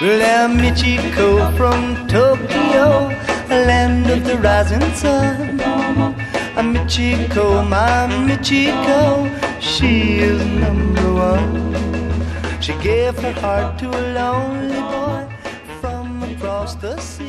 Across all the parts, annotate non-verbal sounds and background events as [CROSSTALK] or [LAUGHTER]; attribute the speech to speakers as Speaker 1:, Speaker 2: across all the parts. Speaker 1: Let me Chico from Tokyo, land of the rising sun. A Michiko, my Michiko, she is number one. She gave her heart to a lonely boy from across the sea.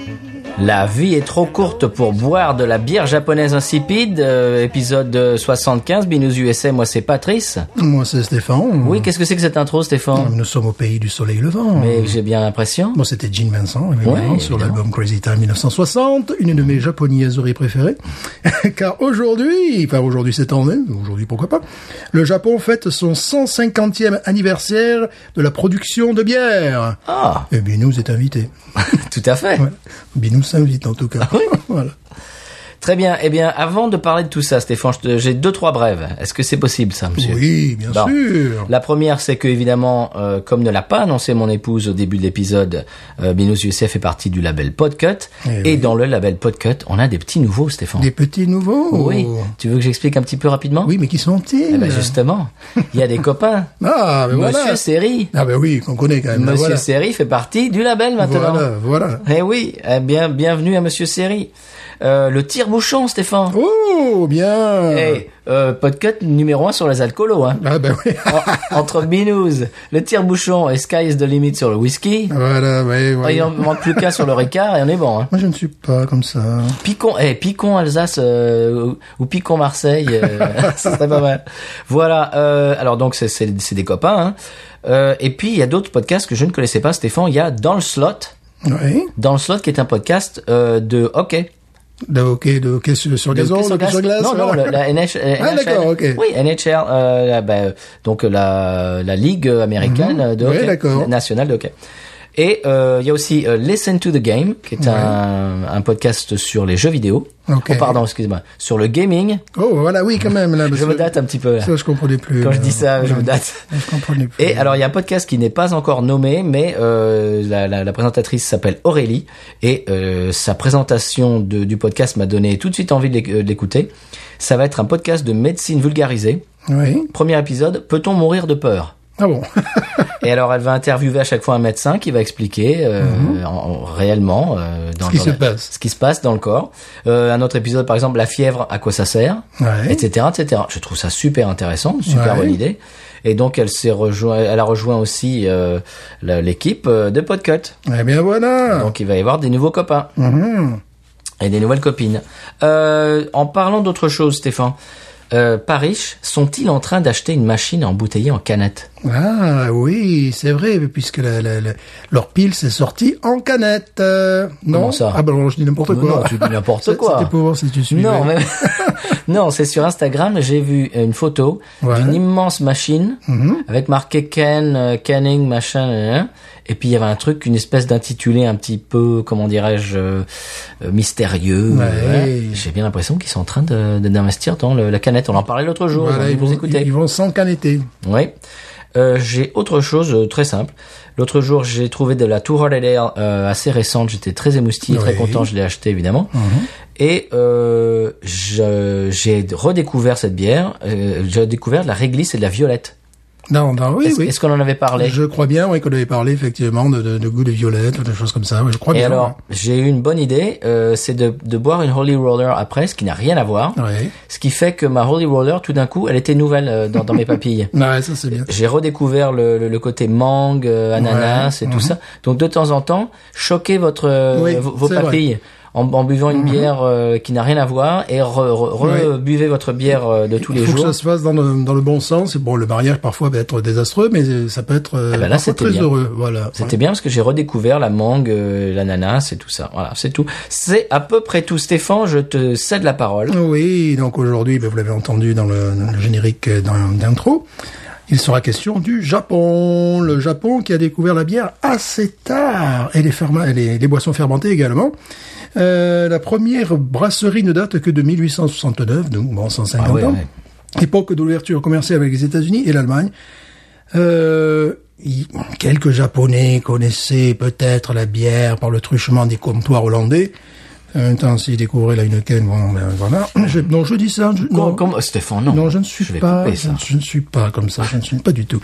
Speaker 2: La vie est trop courte pour boire de la bière japonaise insipide, euh, épisode euh, 75, Binous USA, moi c'est Patrice.
Speaker 3: Moi, c'est Stéphane.
Speaker 2: Oui, qu'est-ce que c'est que cette intro, Stéphane
Speaker 3: Nous sommes au pays du soleil levant.
Speaker 2: Mais j'ai bien l'impression.
Speaker 3: Moi, c'était Gene Vincent, évidemment,
Speaker 2: Ouais,
Speaker 3: sur
Speaker 2: évidemment.
Speaker 3: l'album Crazy Time 1960, une de mes japonaiseries préférées. [LAUGHS] Car aujourd'hui, enfin aujourd'hui cette année, aujourd'hui pourquoi pas, le Japon fête son 150e anniversaire de la production de bière.
Speaker 2: Ah,
Speaker 3: Et Binous est invité.
Speaker 2: tout à fait.
Speaker 3: Ouais. Binous s'invite en tout
Speaker 2: Ah
Speaker 3: cas. [LAUGHS] voilà.
Speaker 2: Très bien. Eh bien, avant de parler de tout ça, Stéphane, je te- j'ai deux trois brèves. Est-ce que c'est possible, ça, monsieur
Speaker 3: Oui, bien
Speaker 2: Bon.
Speaker 3: sûr.
Speaker 2: La première, c'est que évidemment, euh, comme ne l'a pas annoncé mon épouse au début de l'épisode, euh, Binous USA fait partie du label Podcut.
Speaker 3: Eh
Speaker 2: et
Speaker 3: oui.
Speaker 2: dans le label Podcut, on a des petits nouveaux, Stéphane. Oh,
Speaker 3: Des petits nouveaux.
Speaker 2: Oui. Tu veux que j'explique un petit peu rapidement
Speaker 3: Oui, mais qui sont-ils
Speaker 2: Eh ben, justement, il y a
Speaker 3: [LAUGHS]
Speaker 2: des copains.
Speaker 3: Ah, ben
Speaker 2: Monsieur
Speaker 3: voilà.
Speaker 2: Seri,
Speaker 3: Ah ben oui, qu'on connaît quand même.
Speaker 2: Monsieur
Speaker 3: voilà.
Speaker 2: Seri fait partie du label maintenant.
Speaker 3: Voilà, voilà.
Speaker 2: Eh oui, eh bien, bienvenue à Monsieur Seri. Euh, le tire-bouchon, Stéphane.
Speaker 3: Oh, bien.
Speaker 2: Eh, euh, podcast numéro un sur les alcoolos,
Speaker 3: [LAUGHS]
Speaker 2: hein.
Speaker 3: Ah ben oui.
Speaker 2: En- Entre Binous, le tire-bouchon et Sky is the limit sur le whisky.
Speaker 3: voilà, oui, oui.
Speaker 2: Et on manque plus qu'un sur le Ricard et on est bon. Hein.
Speaker 3: Moi, je ne suis pas comme ça.
Speaker 2: Picon, eh, Picon Alsace euh, ou- ou Picon Marseille, euh, [LAUGHS] ça serait pas mal. Voilà. euh, alors donc c'est c'est- c'est des copains. Hein. Euh, et puis il y a d'autres podcasts que je ne connaissais pas, Stéphane. Il y a dans le slot,
Speaker 3: Oui.
Speaker 2: dans le slot qui est un podcast euh, de hockey.
Speaker 3: De hockey, de hockey sur, sur
Speaker 2: Le
Speaker 3: gazon,
Speaker 2: hockey
Speaker 3: de
Speaker 2: sur
Speaker 3: hockey
Speaker 2: glace.
Speaker 3: sur glace.
Speaker 2: Non,
Speaker 3: voilà.
Speaker 2: non, le- la NH, euh,
Speaker 3: Ah,
Speaker 2: NHL.
Speaker 3: d'accord, ok.
Speaker 2: Oui, NHL, euh, la- bah, euh, donc la, la Ligue américaine euh, de
Speaker 3: Ouais,
Speaker 2: hockey,
Speaker 3: Mhm. d'accord.
Speaker 2: la- nationale de hockey. Et euh, il y a aussi euh, Listen to the Game, qui est un, un podcast sur les jeux vidéo.
Speaker 3: Ok.
Speaker 2: Oh, pardon, excusez-moi. Sur le gaming.
Speaker 3: Oh, voilà, oui, quand même. Là, parce
Speaker 2: Je me
Speaker 3: que
Speaker 2: date un petit peu. là.
Speaker 3: Ça, je comprenais plus.
Speaker 2: Quand je
Speaker 3: là.
Speaker 2: dis ça, je
Speaker 3: Voilà.
Speaker 2: me date.
Speaker 3: Je comprenais plus.
Speaker 2: Et alors, il y a un podcast qui n'est pas encore nommé, mais euh, la, la- la présentatrice s'appelle Aurélie, et euh, sa présentation de- du podcast m'a donné tout de suite envie de l'éc- euh, de l'écouter. Ça va être un podcast de médecine vulgarisée.
Speaker 3: Oui.
Speaker 2: Premier épisode, peut-on mourir de peur [LAUGHS]
Speaker 3: Ah bon.
Speaker 2: Et alors, elle va interviewer à chaque fois un médecin qui va expliquer euh, en- en- réellement euh, dans
Speaker 3: Mhm. Ce qui
Speaker 2: le-
Speaker 3: se passe.
Speaker 2: ce qui se passe dans le corps. Euh, un autre épisode, par exemple, la fièvre, à quoi ça sert
Speaker 3: ouais.
Speaker 2: etc., etc. Je trouve ça super intéressant, super
Speaker 3: Ouais.
Speaker 2: bonne idée. Et donc elle s'est rejoint, elle a rejoint aussi euh, la- l'équipe euh, de Podcut.
Speaker 3: Eh bien, voilà.
Speaker 2: Donc il va y avoir des nouveaux copains
Speaker 3: Mhm.
Speaker 2: et des nouvelles copines. Euh, en parlant d'autre chose, Stéphane, euh, Paris, sont-ils en train d'acheter une machine embouteillée en canette
Speaker 3: Ah oui, c'est vrai, puisque la, la- la- leur pile s'est sortie en canette. euh, non
Speaker 2: Comment ça
Speaker 3: Ah ben non, je dis n'importe
Speaker 2: Mais
Speaker 3: quoi.
Speaker 2: non, tu dis n'importe
Speaker 3: [LAUGHS] C'est-
Speaker 2: quoi.
Speaker 3: C'était pour voir si tu suivais.
Speaker 2: Non, mais- [LAUGHS] non, c'est sur Instagram. J'ai vu une photo
Speaker 3: Ouais. Mhm.
Speaker 2: d'une immense machine avec marqué Ken, euh, Canning, machin, euh, et puis il y avait un truc, une espèce d'intitulé un petit peu, comment dirais-je, euh, euh, mystérieux.
Speaker 3: Ouais.
Speaker 2: euh, ouais. J'ai bien l'impression qu'ils sont en train de- de- d'investir dans le- la canette. On en parlait l'autre jour.
Speaker 3: Voilà,
Speaker 2: ils
Speaker 3: ils,
Speaker 2: vous
Speaker 3: vont,
Speaker 2: écoutez.
Speaker 3: ils- ils vont s'encanetter.
Speaker 2: Oui. Euh, j'ai autre chose euh, très simple. L'autre jour, j'ai trouvé de la Tour Holiday euh, assez récente. J'étais très émoustillé, très
Speaker 3: Oui.
Speaker 2: content. Je l'ai acheté évidemment. Et euh, je- j'ai redécouvert cette bière. Euh, j'ai découvert de la réglisse et de la violette.
Speaker 3: Non, non, oui,
Speaker 2: est-ce
Speaker 3: oui.
Speaker 2: est-ce qu'on en avait parlé
Speaker 3: Je crois bien, oui, qu'on avait parlé effectivement de, de, de goût de violette, de choses comme ça. Oui, je crois
Speaker 2: Et
Speaker 3: bien.
Speaker 2: alors, j'ai eu une bonne idée. euh, C'est de, de boire une Holy Roller après, ce qui n'a rien à voir.
Speaker 3: Ouais.
Speaker 2: Ce qui fait que ma Holy Roller, tout d'un coup, elle était nouvelle euh, dans,
Speaker 3: [LAUGHS]
Speaker 2: dans mes papilles.
Speaker 3: Ouais, ça c'est bien.
Speaker 2: J'ai redécouvert le, le, le côté mangue, euh, ananas et tout ça. Donc de temps en temps, choquez votre euh,
Speaker 3: Mhm. Oui,
Speaker 2: vos, vos
Speaker 3: c'est vrai. Mhm.
Speaker 2: papilles en, en buvant une bière euh, qui n'a rien à voir et re, re- re-
Speaker 3: Ouais.
Speaker 2: buvez votre bière euh, de tous
Speaker 3: Il
Speaker 2: les
Speaker 3: faut
Speaker 2: jours.
Speaker 3: que ça se fasse dans le, dans le bon sens. Et bon, le mariage parfois peut être désastreux, mais euh, ça peut être euh,
Speaker 2: Eh ben là,
Speaker 3: parfois
Speaker 2: c'était
Speaker 3: très
Speaker 2: bien.
Speaker 3: heureux. Voilà.
Speaker 2: C'était bien parce que j'ai redécouvert la mangue, euh, l'ananas et tout ça. Voilà, c'est tout. C'est à peu près tout. Stéphane, je te cède la parole.
Speaker 3: Oui, donc aujourd'hui, ben, vous l'avez entendu dans le, dans le générique euh, dans- d'intro, il sera question du Japon. Le Japon qui a découvert la bière assez tard et les, ferma- et les, les boissons fermentées également. Euh, la première brasserie ne date que de 1869, donc bon, 150
Speaker 2: Ah ouais,
Speaker 3: ans.
Speaker 2: ouais.
Speaker 3: Époque de l'ouverture commerciale avec les États-Unis et l'Allemagne. Euh, y- quelques Japonais connaissaient peut-être la bière par le truchement des comptoirs hollandais. En même temps, s'ils découvraient la Heineken, bon, ben, voilà. Je- non, je dis ça. je-
Speaker 2: Comment,
Speaker 3: non.
Speaker 2: comment- Stéphane, non.
Speaker 3: Non, je ne suis
Speaker 2: je vais
Speaker 3: pas.
Speaker 2: couper
Speaker 3: je,
Speaker 2: ça.
Speaker 3: ne- je ne suis pas comme ça. Je ne suis pas du tout.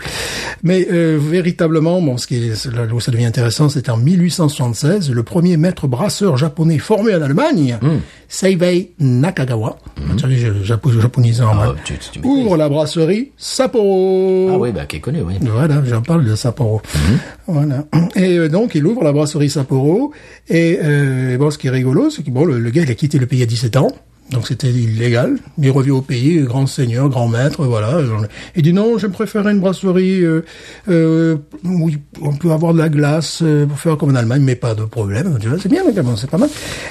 Speaker 3: Mais euh, véritablement, bon, ce qui est, là où ça devient intéressant, c'est en 1876, le premier maître brasseur japonais formé en Allemagne,
Speaker 2: Hmm.
Speaker 3: Seibei Nakagawa, Attendez, je- japo- japonisant,
Speaker 2: Ah,
Speaker 3: hein,
Speaker 2: tu- tu- tu maîtrises.
Speaker 3: ouvre la brasserie Sapporo.
Speaker 2: Ah oui, bah, qui est connu, oui.
Speaker 3: Voilà, j'en parle de Sapporo. Voilà. Et euh, donc, il ouvre la brasserie Sapporo. Et euh, bon, ce qui est rigolo, c'est que bon, le, le gars, il a quitté le pays à 17 ans. Donc, c'était illégal. Mais il revient au pays, euh, grand seigneur, grand maître, voilà. Il dit non, je préférais une brasserie euh, euh, où on peut avoir de la glace euh, pour faire comme en Allemagne, mais pas de problème. Tu vois, c'est bien, mais bon, c'est pas mal.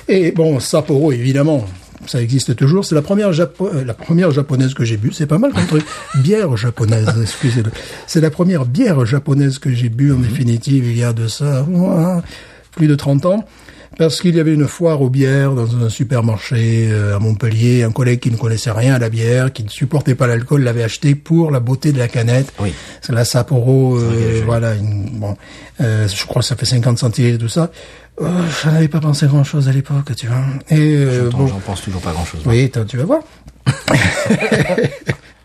Speaker 3: Et bon, Sapporo, évidemment. Ça existe toujours. C'est la première Japo- euh, la première japonaise que j'ai bu. C'est pas mal comme truc. Bière japonaise, excusez-le. C'est la première bière japonaise que j'ai bu en définitive il y a de ça ouah, plus de 30 ans. Parce qu'il y avait une foire aux bières dans un supermarché euh, à Montpellier. Un collègue qui ne connaissait rien à la bière, qui ne supportait pas l'alcool, l'avait acheté pour la beauté de la canette.
Speaker 2: Oui.
Speaker 3: C'est la Sapporo, euh, voilà. une- bon, euh, je crois que ça fait 50 centilitres, tout ça. Euh, je n'avais pas pensé grand-chose à l'époque, tu vois. Et euh,
Speaker 2: Attends,
Speaker 3: bon,
Speaker 2: J'en pense toujours pas grand chose.
Speaker 3: oui, t'as- tu vas voir. [LAUGHS]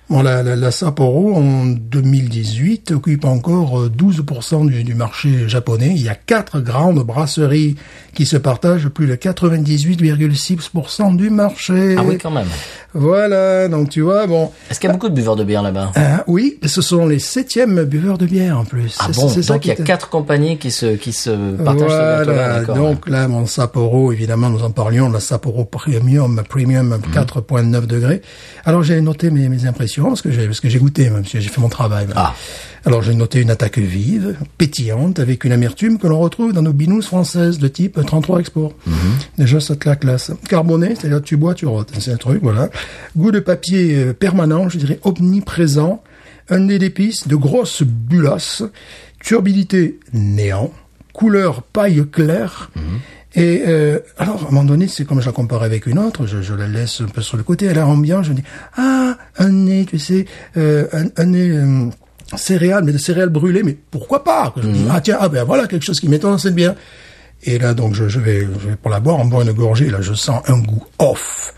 Speaker 3: bon, la, la, la Sapporo, en 2018, occupe encore euh, 12% du, du marché japonais. Il y a quatre grandes brasseries qui se partagent plus de 98,6% du marché.
Speaker 2: Ah oui, quand même.
Speaker 3: Voilà, donc tu vois, bon...
Speaker 2: Est-ce qu'il y a beaucoup de buveurs de bière là-bas
Speaker 3: Bah, Euh, oui, ce sont les septièmes buveurs de bière en plus.
Speaker 2: Ah
Speaker 3: C'est-
Speaker 2: bon
Speaker 3: c'est ça
Speaker 2: Donc
Speaker 3: qui
Speaker 2: il y a
Speaker 3: était-
Speaker 2: quatre compagnies qui se, qui se partagent Euh, ce gâteau-là,
Speaker 3: voilà,
Speaker 2: d'accord.
Speaker 3: donc là, mon Sapporo, évidemment, nous en parlions, la Sapporo Premium, Premium
Speaker 2: Mhm.
Speaker 3: 4.9 degrés. Alors, j'ai noté mes, mes impressions, parce que j'ai, parce que j'ai goûté, même, parce que j'ai fait mon travail. même.
Speaker 2: Ah.
Speaker 3: Alors, j'ai noté une attaque vive, pétillante, avec une amertume que l'on retrouve dans nos binous françaises de type 33 Export.
Speaker 2: Mhm.
Speaker 3: Déjà, ça te la classe. Carboné, c'est-à-dire tu bois, tu rôtes. C'est un truc, voilà. Goût de papier euh, permanent, je dirais omniprésent. Un nez d'épices, de grosses bulasses. Turbidité néant couleur paille claire. Et euh, alors, à un moment donné, c'est comme je la compare avec une autre, je, je la laisse un peu sur le côté, elle a ambiance, je me dis, ah, un nez, tu sais, euh, un, un nez... euh, céréales, mais de céréales brûlées, mais pourquoi pas que Je me dis, ah tiens, ah ben voilà quelque chose qui m'étonne, c'est bien. Et là, donc, je, je, vais, je vais pour la boire, en bois une gorgée, là, je sens un goût off,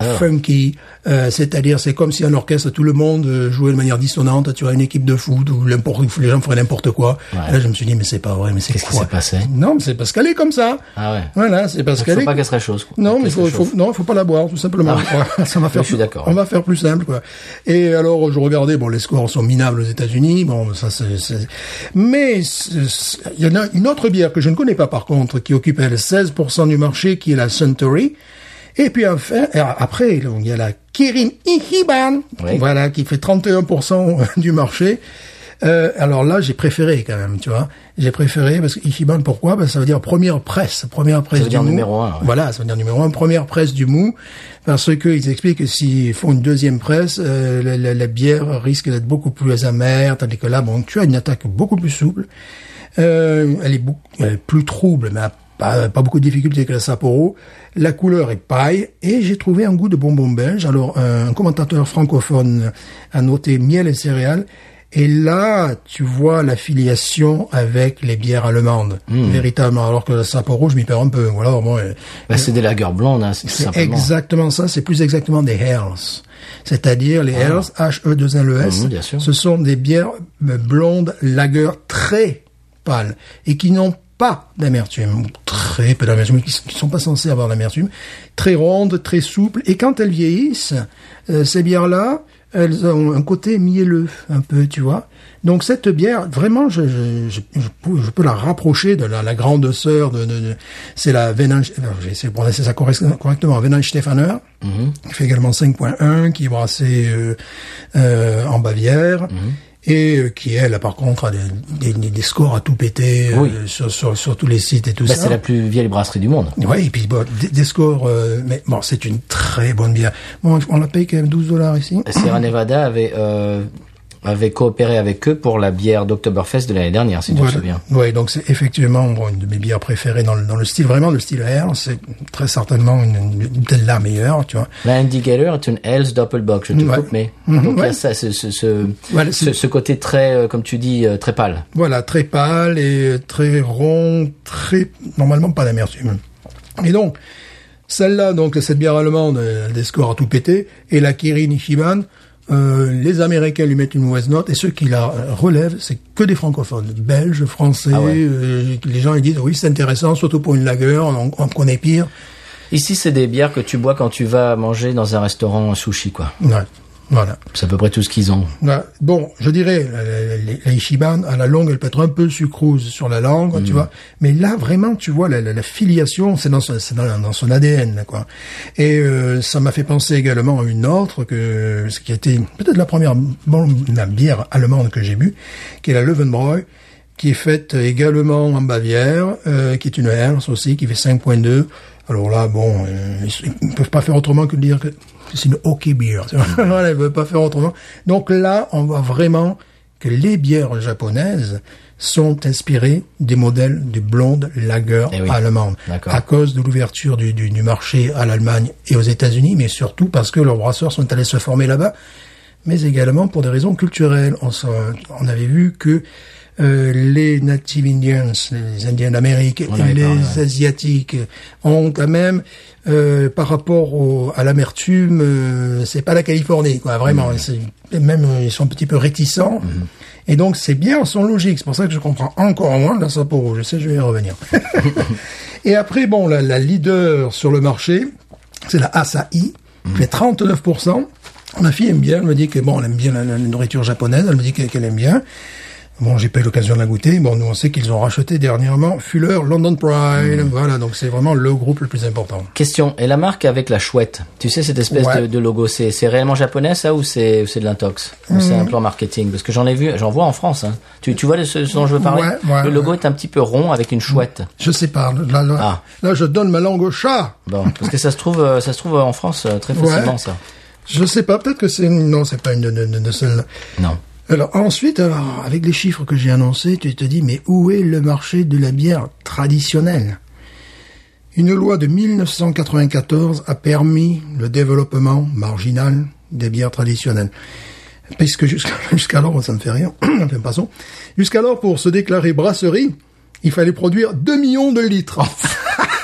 Speaker 2: Ah.
Speaker 3: funky, euh, c'est-à-dire, c'est comme si un orchestre, tout le monde euh, jouait de manière dissonante, tu as une équipe de foot, où, n'importe- où les gens feraient n'importe quoi.
Speaker 2: Ouais.
Speaker 3: Là, je me suis dit, mais c'est pas vrai, mais c'est
Speaker 2: Qu'est-ce qui
Speaker 3: quoi
Speaker 2: s'est passé
Speaker 3: Non, mais c'est parce qu'elle est comme ça.
Speaker 2: Ah ouais.
Speaker 3: Voilà, c'est parce
Speaker 2: Donc, faut
Speaker 3: qu'elle est...
Speaker 2: pas qu'elle se réchauffe, quoi.
Speaker 3: Non,
Speaker 2: Qu'elle
Speaker 3: mais
Speaker 2: se
Speaker 3: faut,
Speaker 2: réchauffe. Ah
Speaker 3: faut- non, faut pas la boire, tout simplement. [LAUGHS] Ça va faire
Speaker 2: Je suis
Speaker 3: plus-
Speaker 2: d'accord.
Speaker 3: On va faire plus simple, quoi. Et alors, je regardais, bon, les scores sont minables aux États-Unis, bon, ça c'est... c'est- Mais c'est- c'est- il y en a une autre bière que je ne connais pas, par contre, qui occupe, elle, 16% du marché, qui est la Suntory. Et puis, enfin, et après, donc, il y a la Kirin Ichiban,
Speaker 2: Oui.
Speaker 3: voilà, qui fait 31% du marché. Euh, alors là, j'ai préféré quand même, tu vois. J'ai préféré parce que Ichiban, pourquoi Parce que ça veut dire première presse, première presse
Speaker 2: veut dire
Speaker 3: du mou.
Speaker 2: numéro un, ouais.
Speaker 3: Voilà, ça veut dire numéro un, première presse du mou, parce que ils expliquent que s'ils font une deuxième presse, euh, la, la- la bière risque d'être beaucoup plus amère, tandis que là, bon, tu as une attaque beaucoup plus souple. Euh, elle, est beaucoup, elle est plus trouble, mais a pas, pas beaucoup de difficultés que la Sapporo. La couleur est paille et j'ai trouvé un goût de bonbon belge. Alors, un commentateur francophone a noté miel et céréales. Et là, tu vois la filiation avec les bières allemandes, véritablement. Alors que la Sapporo, je m'y perds un peu. Ou alors, bon, euh,
Speaker 2: Bah, c'est des lagers blondes, hein, c'est tout
Speaker 3: c'est
Speaker 2: simplement.
Speaker 3: exactement ça, c'est plus exactement des Hells. C'est-à-dire les Hells, E H-E-2-L-E-S,
Speaker 2: Ah. Mhm, bien sûr.
Speaker 3: ce sont des bières euh, blondes, lager très pâles et qui n'ont pas d'amertume, ou très peu d'amertume, qui s- qui sont pas censées avoir d'amertume, très rondes, très souples, et quand elles vieillissent, euh, ces bières-là, elles ont un côté mielleux, un peu, tu vois. Donc cette bière, vraiment, je, je, je, je peux, je peux la rapprocher de la, la grande sœur de... de, de- c'est la Venan... J'ai essayé de prononcer ça correct- correctement. Venan Stefaner,
Speaker 2: Mhm.
Speaker 3: qui fait également 5.1, qui est brassée euh, euh, en Bavière.
Speaker 2: Mhm.
Speaker 3: Et euh, qui, elle, par contre, a des, des- des scores à tout péter euh,
Speaker 2: Oui.
Speaker 3: sur, sur, sur tous les sites et tout
Speaker 2: Bah,
Speaker 3: ça.
Speaker 2: c'est la plus vieille brasserie du monde.
Speaker 3: Ouais, et puis bon, des, des scores, euh, mais bon, c'est une très bonne bière. Bon, on la paye quand même 12 dollars ici.
Speaker 2: Sierra Nevada avait, euh, avait coopéré avec eux pour la bière d'Oktoberfest de l'année dernière, si tu te souviens.
Speaker 3: Ouais, donc c'est effectivement bon, une de mes bières préférées dans le, dans le style, vraiment le style air. C'est très certainement une, une, peut-être la meilleure, tu vois.
Speaker 2: La Indicator est une Hell's Doppelbock, je te
Speaker 3: Ouais.
Speaker 2: coupe, mais.
Speaker 3: Mhm,
Speaker 2: Donc il y
Speaker 3: ouais.
Speaker 2: a ça, ce, ce, ce,
Speaker 3: Voilà,
Speaker 2: ce-
Speaker 3: c'est-
Speaker 2: ce côté très, euh, comme tu dis, euh, très pâle.
Speaker 3: Voilà, très pâle et très rond, très normalement pas d'amertume. Et donc celle-là, donc cette bière allemande, elle a des scores à tout péter, et la Kirin Ichiban, euh, les Américains lui mettent une mauvaise note, et ceux qui la euh, relèvent, c'est que des francophones, belges, français.
Speaker 2: Ah ouais.
Speaker 3: euh, les gens ils disent oui c'est intéressant, surtout pour une lager, on, on connaît pire.
Speaker 2: Ici, c'est des bières que tu bois quand tu vas manger dans un restaurant sushi, quoi.
Speaker 3: Ouais, voilà.
Speaker 2: C'est à peu près tout ce qu'ils ont.
Speaker 3: Ouais, Bah, Bon, je dirais, la- la la Ichiban, à la longue, elle peut être un peu sucrose sur la langue, tu vois. Mais là, vraiment, tu vois, la, la- la filiation, c'est dans, son- c'est dans, dans son ADN, quoi. Et euh, ça m'a fait penser également à une autre, que, ce qui a été peut-être la première bonne la bière allemande que j'ai bu, qui est la Löwenbräu, qui est faite également en Bavière, euh, qui est une Herz aussi, qui fait 5.2. Alors là, bon, euh, ils, ils peuvent pas faire autrement que de dire que c'est une hockey beer. [LAUGHS] tu vois. voilà, ils peuvent pas faire autrement. Donc là, on voit vraiment que les bières japonaises sont inspirées des modèles des blondes lager
Speaker 2: Eh oui.
Speaker 3: allemandes.
Speaker 2: D'accord.
Speaker 3: À cause de l'ouverture du, du- du marché à l'Allemagne et aux États-Unis, mais surtout parce que leurs brasseurs sont allés se former là-bas mais également pour des raisons culturelles. On, s'en- on avait vu que euh, les Native Indians, les Indiens d'Amérique,
Speaker 2: On avait
Speaker 3: les
Speaker 2: parlé, ouais.
Speaker 3: Asiatiques ont quand même, euh, par rapport au- à l'amertume, euh, c'est pas la Californie, quoi, vraiment. C'est- et Même euh, ils sont un petit peu réticents.
Speaker 2: Mhm.
Speaker 3: Et donc ces bières sont logiques. C'est pour ça que je comprends encore moins la Sapporo. Je sais, je vais y revenir. Et après, bon, la, la leader sur le marché, c'est la Asahi, qui fait 39%. Ma fille aime bien, elle me dit que bon, elle aime bien la, la nourriture japonaise, elle me dit qu'elle qu'elle aime bien. Bon, j'ai pas eu l'occasion de la goûter. Bon, nous, on sait qu'ils ont racheté dernièrement Fuller London Pride. Voilà, donc c'est vraiment le groupe le plus important.
Speaker 2: Question. Et la marque avec la chouette Tu sais, cette espèce
Speaker 3: Ouais.
Speaker 2: de, de logo, c'est c'est réellement japonais, ça, ou c'est ou c'est de l'intox Ou c'est
Speaker 3: Mm.
Speaker 2: un plan marketing Parce que j'en ai vu, j'en vois en France. hein. Tu, tu vois de ce, ce dont je veux parler
Speaker 3: Ouais, ouais,
Speaker 2: Le logo
Speaker 3: ouais.
Speaker 2: est un petit peu rond avec une chouette.
Speaker 3: Je sais pas, là, là,
Speaker 2: Ah.
Speaker 3: là, je donne ma langue au chat.
Speaker 2: Bon, parce que ça se trouve, euh, ça se trouve en France euh, très
Speaker 3: Mm. Ouais.
Speaker 2: facilement, ça.
Speaker 3: Je sais pas, peut-être que c'est... Non, c'est pas une de, de, de celles-là.
Speaker 2: Non.
Speaker 3: Alors ensuite, alors, avec les chiffres que j'ai annoncés, tu te dis, mais où est le marché de la bière traditionnelle Une loi de 1994 a permis le développement marginal des bières traditionnelles. Puisque jusqu'à- [LAUGHS] jusqu'alors, ça me fait rien, [CLEARS THROAT] enfin, passons. Jusqu'alors, pour se déclarer brasserie, il fallait produire 2 millions de litres.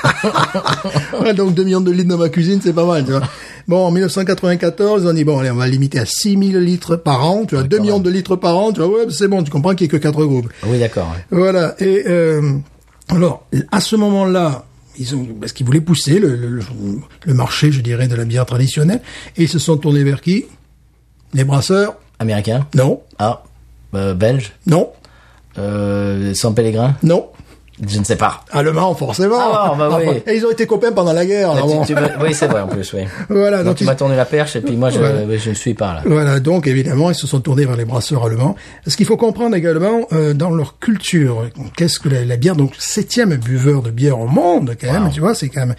Speaker 3: [LAUGHS] Ouais, donc 2 millions de litres dans ma cuisine, c'est pas mal, tu vois.
Speaker 2: [LAUGHS]
Speaker 3: Bon, en 1994, ils ont dit, bon, allez, on va limiter à 6 000 litres par an, tu vois, 2 millions de litres par an, tu vois, ouais, c'est bon, tu comprends qu'il n'y ait que quatre groupes.
Speaker 2: Oui, d'accord. ouais.
Speaker 3: Voilà, et euh, alors, à ce moment-là, ils ont, parce qu'ils voulaient pousser le, le, le marché, je dirais, de la bière traditionnelle, et ils se sont tournés vers qui Les brasseurs
Speaker 2: Américain
Speaker 3: Non,
Speaker 2: Ah. Euh, belge
Speaker 3: non,
Speaker 2: euh, Sans pèlerin
Speaker 3: non.
Speaker 2: Je ne sais pas.
Speaker 3: Allemands, forcément.
Speaker 2: Ah, bah oui.
Speaker 3: [LAUGHS] Et ils ont été copains pendant la guerre, là,
Speaker 2: Tu-
Speaker 3: Ah bon.
Speaker 2: tu m'as- oui, c'est vrai en plus, oui.
Speaker 3: [LAUGHS] Voilà,
Speaker 2: Donc,
Speaker 3: donc
Speaker 2: tu
Speaker 3: ils-
Speaker 2: m'as tourné la perche et puis moi je,
Speaker 3: Voilà.
Speaker 2: je ne suis pas là.
Speaker 3: Voilà, donc évidemment, ils se sont tournés vers les brasseurs allemands. Ce qu'il faut comprendre également euh, dans leur culture, qu'est-ce que la, la bière Donc septième buveur de bière au monde, quand même, tu vois, c'est quand même.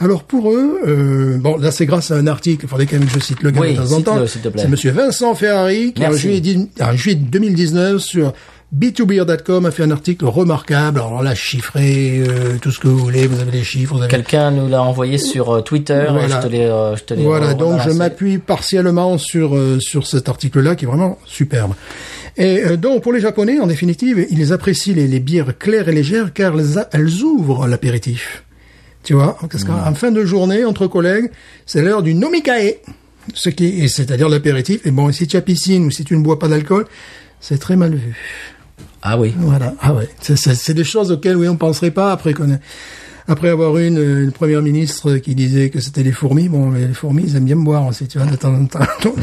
Speaker 3: Alors pour eux, euh, bon là c'est grâce à un article. Il faudrait quand même que je cite le gars
Speaker 2: Oui,
Speaker 3: de temps en temps.
Speaker 2: cite-le, s'il te plaît.
Speaker 3: C'est Monsieur Vincent Ferrari qui en
Speaker 2: Merci.
Speaker 3: juillet, dix- en juillet 2019 sur b2beer.com a fait un article remarquable. Alors là, chiffré, euh, tout ce que vous voulez, vous avez les chiffres, vous avez
Speaker 2: Quelqu'un nous l'a envoyé sur euh, Twitter et je
Speaker 3: Voilà.
Speaker 2: te l'ai euh, je te l'ai
Speaker 3: Voilà,
Speaker 2: re-
Speaker 3: donc je
Speaker 2: rebalancé.
Speaker 3: m'appuie partiellement sur euh, sur cet article-là qui est vraiment superbe. Et euh, donc pour les Japonais, en définitive, ils apprécient les, les bières claires et légères car elles, a- elles ouvrent l'apéritif. Tu vois, parce qu'en en fin de journée entre collègues, c'est l'heure du nomikae, ce qui est- c'est-à-dire l'apéritif. Et bon, si tu as piscine ou si tu ne bois pas d'alcool, c'est très mal vu.
Speaker 2: Ah oui.
Speaker 3: Voilà, ah ouais, c'est, c'est- c'est des choses auxquelles oui on penserait pas après qu'on. ait- Après avoir eu une, une première ministre qui disait que c'était les fourmis, bon, les fourmis, ils aiment bien boire aussi, tu vois, de temps en temps. [LAUGHS] Donc,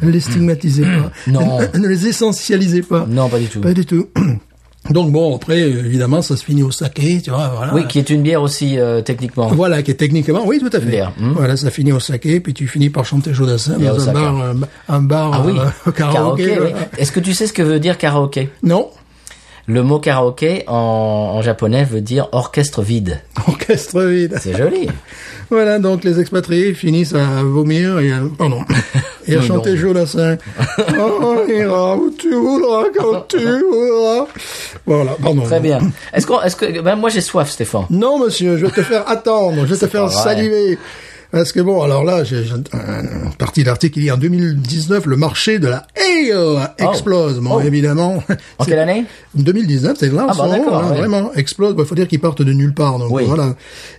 Speaker 3: ne les stigmatisez pas.
Speaker 2: [CLEARS THROAT] Non.
Speaker 3: Ne, ne les essentialisez pas.
Speaker 2: Non, pas du tout.
Speaker 3: Pas du tout. [CLEARS THROAT] Donc bon, après, euh, évidemment, ça se finit au saké, tu vois, voilà.
Speaker 2: Oui, qui est une bière aussi euh, techniquement.
Speaker 3: Ah. Voilà, qui est techniquement, oui, tout à fait.
Speaker 2: Bière, hmm.
Speaker 3: Voilà, ça finit au saké, puis tu finis par chanter Jodassin
Speaker 2: Bière au
Speaker 3: dans un
Speaker 2: saké.
Speaker 3: bar, euh, un bar
Speaker 2: Ah oui,
Speaker 3: euh, [LAUGHS] karaoké.
Speaker 2: oui.
Speaker 3: voilà.
Speaker 2: Est-ce que tu sais ce que veut dire karaoké
Speaker 3: Non, [LAUGHS]
Speaker 2: Le mot karaoké en, en japonais veut dire orchestre vide.
Speaker 3: orchestre vide. [LAUGHS]
Speaker 2: C'est joli.
Speaker 3: Voilà, donc les expatriés finissent à vomir et à,
Speaker 2: [LAUGHS]
Speaker 3: pardon, et à
Speaker 2: Mais
Speaker 3: chanter
Speaker 2: non.
Speaker 3: Jodassin.
Speaker 2: [LAUGHS]
Speaker 3: oh, on ira où tu voudras, quand tu voudras. Voilà, pardon.
Speaker 2: Très bien. Est-ce qu'on, est-ce que, ben moi j'ai soif, Stéphane.
Speaker 3: Non, monsieur, je vais te faire
Speaker 2: [LAUGHS]
Speaker 3: attendre, je vais te
Speaker 2: pas
Speaker 3: faire
Speaker 2: vrai.
Speaker 3: saliver. Parce que bon, alors là, j'ai j'ai une partie de l'article, il dit en 2019, le marché de la ale explose. Bon,
Speaker 2: Oh.
Speaker 3: évidemment.
Speaker 2: En
Speaker 3: [LAUGHS] c'est-
Speaker 2: quelle année
Speaker 3: 2019, c'est là, en
Speaker 2: Ah
Speaker 3: ce
Speaker 2: bah,
Speaker 3: moment,
Speaker 2: d'accord,
Speaker 3: là,
Speaker 2: ouais.
Speaker 3: vraiment, explose. Il faut dire qu'ils partent de nulle part, donc
Speaker 2: Oui.
Speaker 3: voilà.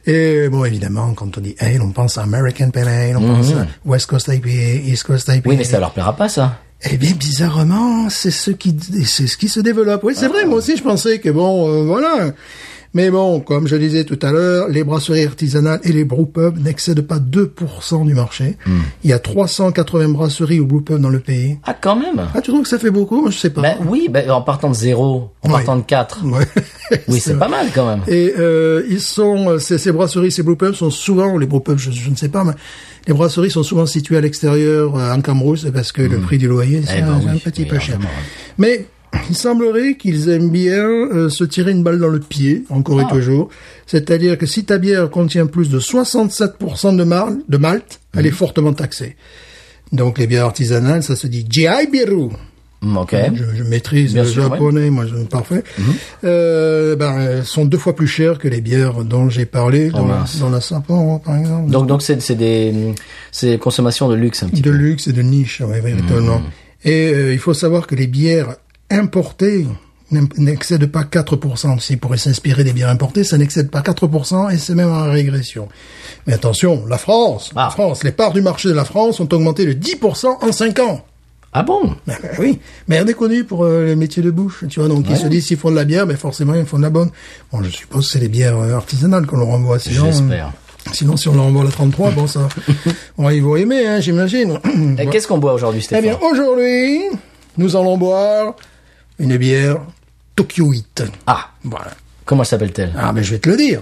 Speaker 3: Et bon, évidemment, quand on dit ale, on pense à American Pale Ale, on pense à West Coast IPA, East Coast IPA.
Speaker 2: Mhm. Oui, mais ça leur plaira pas ça.
Speaker 3: Eh bien, bizarrement, c'est ce qui, c'est ce qui se développe. Oui, c'est vrai. Moi aussi, je pensais que bon, euh, voilà. Mais bon, comme je disais tout à l'heure, les brasseries artisanales et les brewpubs n'excèdent pas 2% du marché.
Speaker 2: Hmm.
Speaker 3: Il y a 380 brasseries ou brewpubs dans le pays.
Speaker 2: Ah, quand même.
Speaker 3: Ah, tu trouves que ça fait beaucoup Moi, je sais pas.
Speaker 2: Ben oui, ben, en partant de zéro, en
Speaker 3: Ouais.
Speaker 2: partant de quatre.
Speaker 3: Ouais. [LAUGHS]
Speaker 2: Oui, c'est pas mal quand même.
Speaker 3: Et euh, ils sont euh, ces, ces brasseries, ces brewpubs sont souvent les brewpubs, je, je ne sais pas, mais les brasseries sont souvent situées à l'extérieur euh, en Cambrousse parce que le prix du loyer c'est
Speaker 2: ben
Speaker 3: un,
Speaker 2: oui,
Speaker 3: un petit
Speaker 2: oui,
Speaker 3: peu cher.
Speaker 2: largement,
Speaker 3: Mais il semblerait qu'ils aiment bien euh, se tirer une balle dans le pied, encore
Speaker 2: Ah.
Speaker 3: et toujours. C'est-à-dire que si ta bière contient plus de 67% de, mal, de malt, elle
Speaker 2: Mm.
Speaker 3: est fortement taxée. Donc les bières artisanales, ça se dit Jai Biru.
Speaker 2: Hmm, Ok.
Speaker 3: Je, je maîtrise
Speaker 2: Bien
Speaker 3: le
Speaker 2: sûr, ouais. Mhm.
Speaker 3: japonais, moi, je, parfait. Euh, ben, elles sont deux fois plus chères que les bières dont j'ai parlé, dans, la,
Speaker 2: Oh, mince.
Speaker 3: dans la Sapporo, par exemple.
Speaker 2: Donc, donc c'est, c'est des, c'est des consommations de luxe un petit Mhm.
Speaker 3: de
Speaker 2: peu.
Speaker 3: luxe et de niche, ouais, véritablement. Et euh, il faut savoir que les bières importées n'im- n'excèdent pas 4%. S'ils pourraient s'inspirer des bières importées, ça n'excède pas 4% et c'est même en régression. Mais attention, la France, la
Speaker 2: Ah.
Speaker 3: France, les parts du marché de la France ont augmenté de 10% en 5 ans.
Speaker 2: Ah bon?
Speaker 3: Ben, [LAUGHS] ben oui, mais elle est connue pour euh, les métiers de bouche, tu vois. Donc ils se disent s'ils font de la bière, mais forcément ils font de la bonne. Bon, je suppose que c'est les bières euh, artisanales qu'on leur envoie, sinon.
Speaker 2: J'espère.
Speaker 3: euh, Sinon, si on leur envoie la 33, bon
Speaker 2: [LAUGHS]
Speaker 3: ça, on, ils vont aimer, hein, j'imagine.
Speaker 2: Et qu'est-ce qu'on boit aujourd'hui,
Speaker 3: [CLEARS THROAT] Eh
Speaker 2: Stéphane?
Speaker 3: bien, aujourd'hui, nous allons boire une bière Tokyo Heat.
Speaker 2: Ah.
Speaker 3: Voilà.
Speaker 2: Comment s'appelle-t-elle?
Speaker 3: Ah, mais je vais te le dire.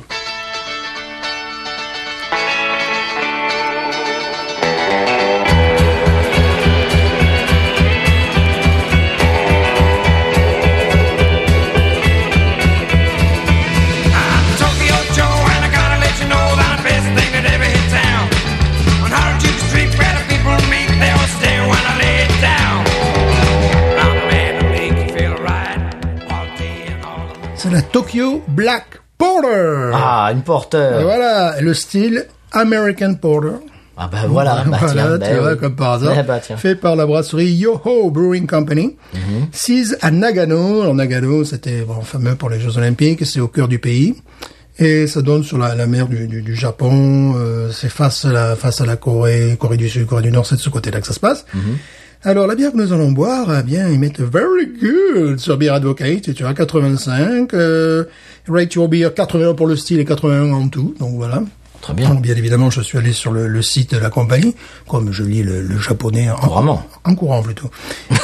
Speaker 4: Tokyo Joe, and I gotta let you know that best thing that ever hit town. On Harajuku Street, where the people meet, they'll stare when I lay it down. I'm a man to make you feel right all day and all night.
Speaker 3: C'est la Tokyo Black Porter.
Speaker 2: Ah, une porteur.
Speaker 3: Et voilà, le style American Porter.
Speaker 2: Ah bah voilà, bah
Speaker 3: [LAUGHS] Voilà,
Speaker 2: tiens, bah
Speaker 3: tu vois,
Speaker 2: oui.
Speaker 3: comme par hasard.
Speaker 2: Eh bah tiens.
Speaker 3: Fait par la brasserie Yoho Brewing Company.
Speaker 2: Mhm.
Speaker 3: Sise à Nagano. Alors, Nagano, c'était bon, fameux pour les Jeux Olympiques. C'est au cœur du pays. Et ça donne sur la, la mer du, du, du Japon. euh, c'est face à la, face à la Corée, Corée du Sud, Corée du Nord. C'est de ce côté-là que ça se passe.
Speaker 2: Mhm.
Speaker 3: Alors, la bière que nous allons boire, eh bien, ils mettent Very Good sur Beer Advocate, tu vois, 85, euh, Rate Your Beer, 81 pour le style et 81 en tout, donc voilà.
Speaker 2: Très bien.
Speaker 3: Donc, bien évidemment, je suis allé sur le, le site de la compagnie, comme je lis le, le japonais en,
Speaker 2: Couramment.
Speaker 3: en courant plutôt.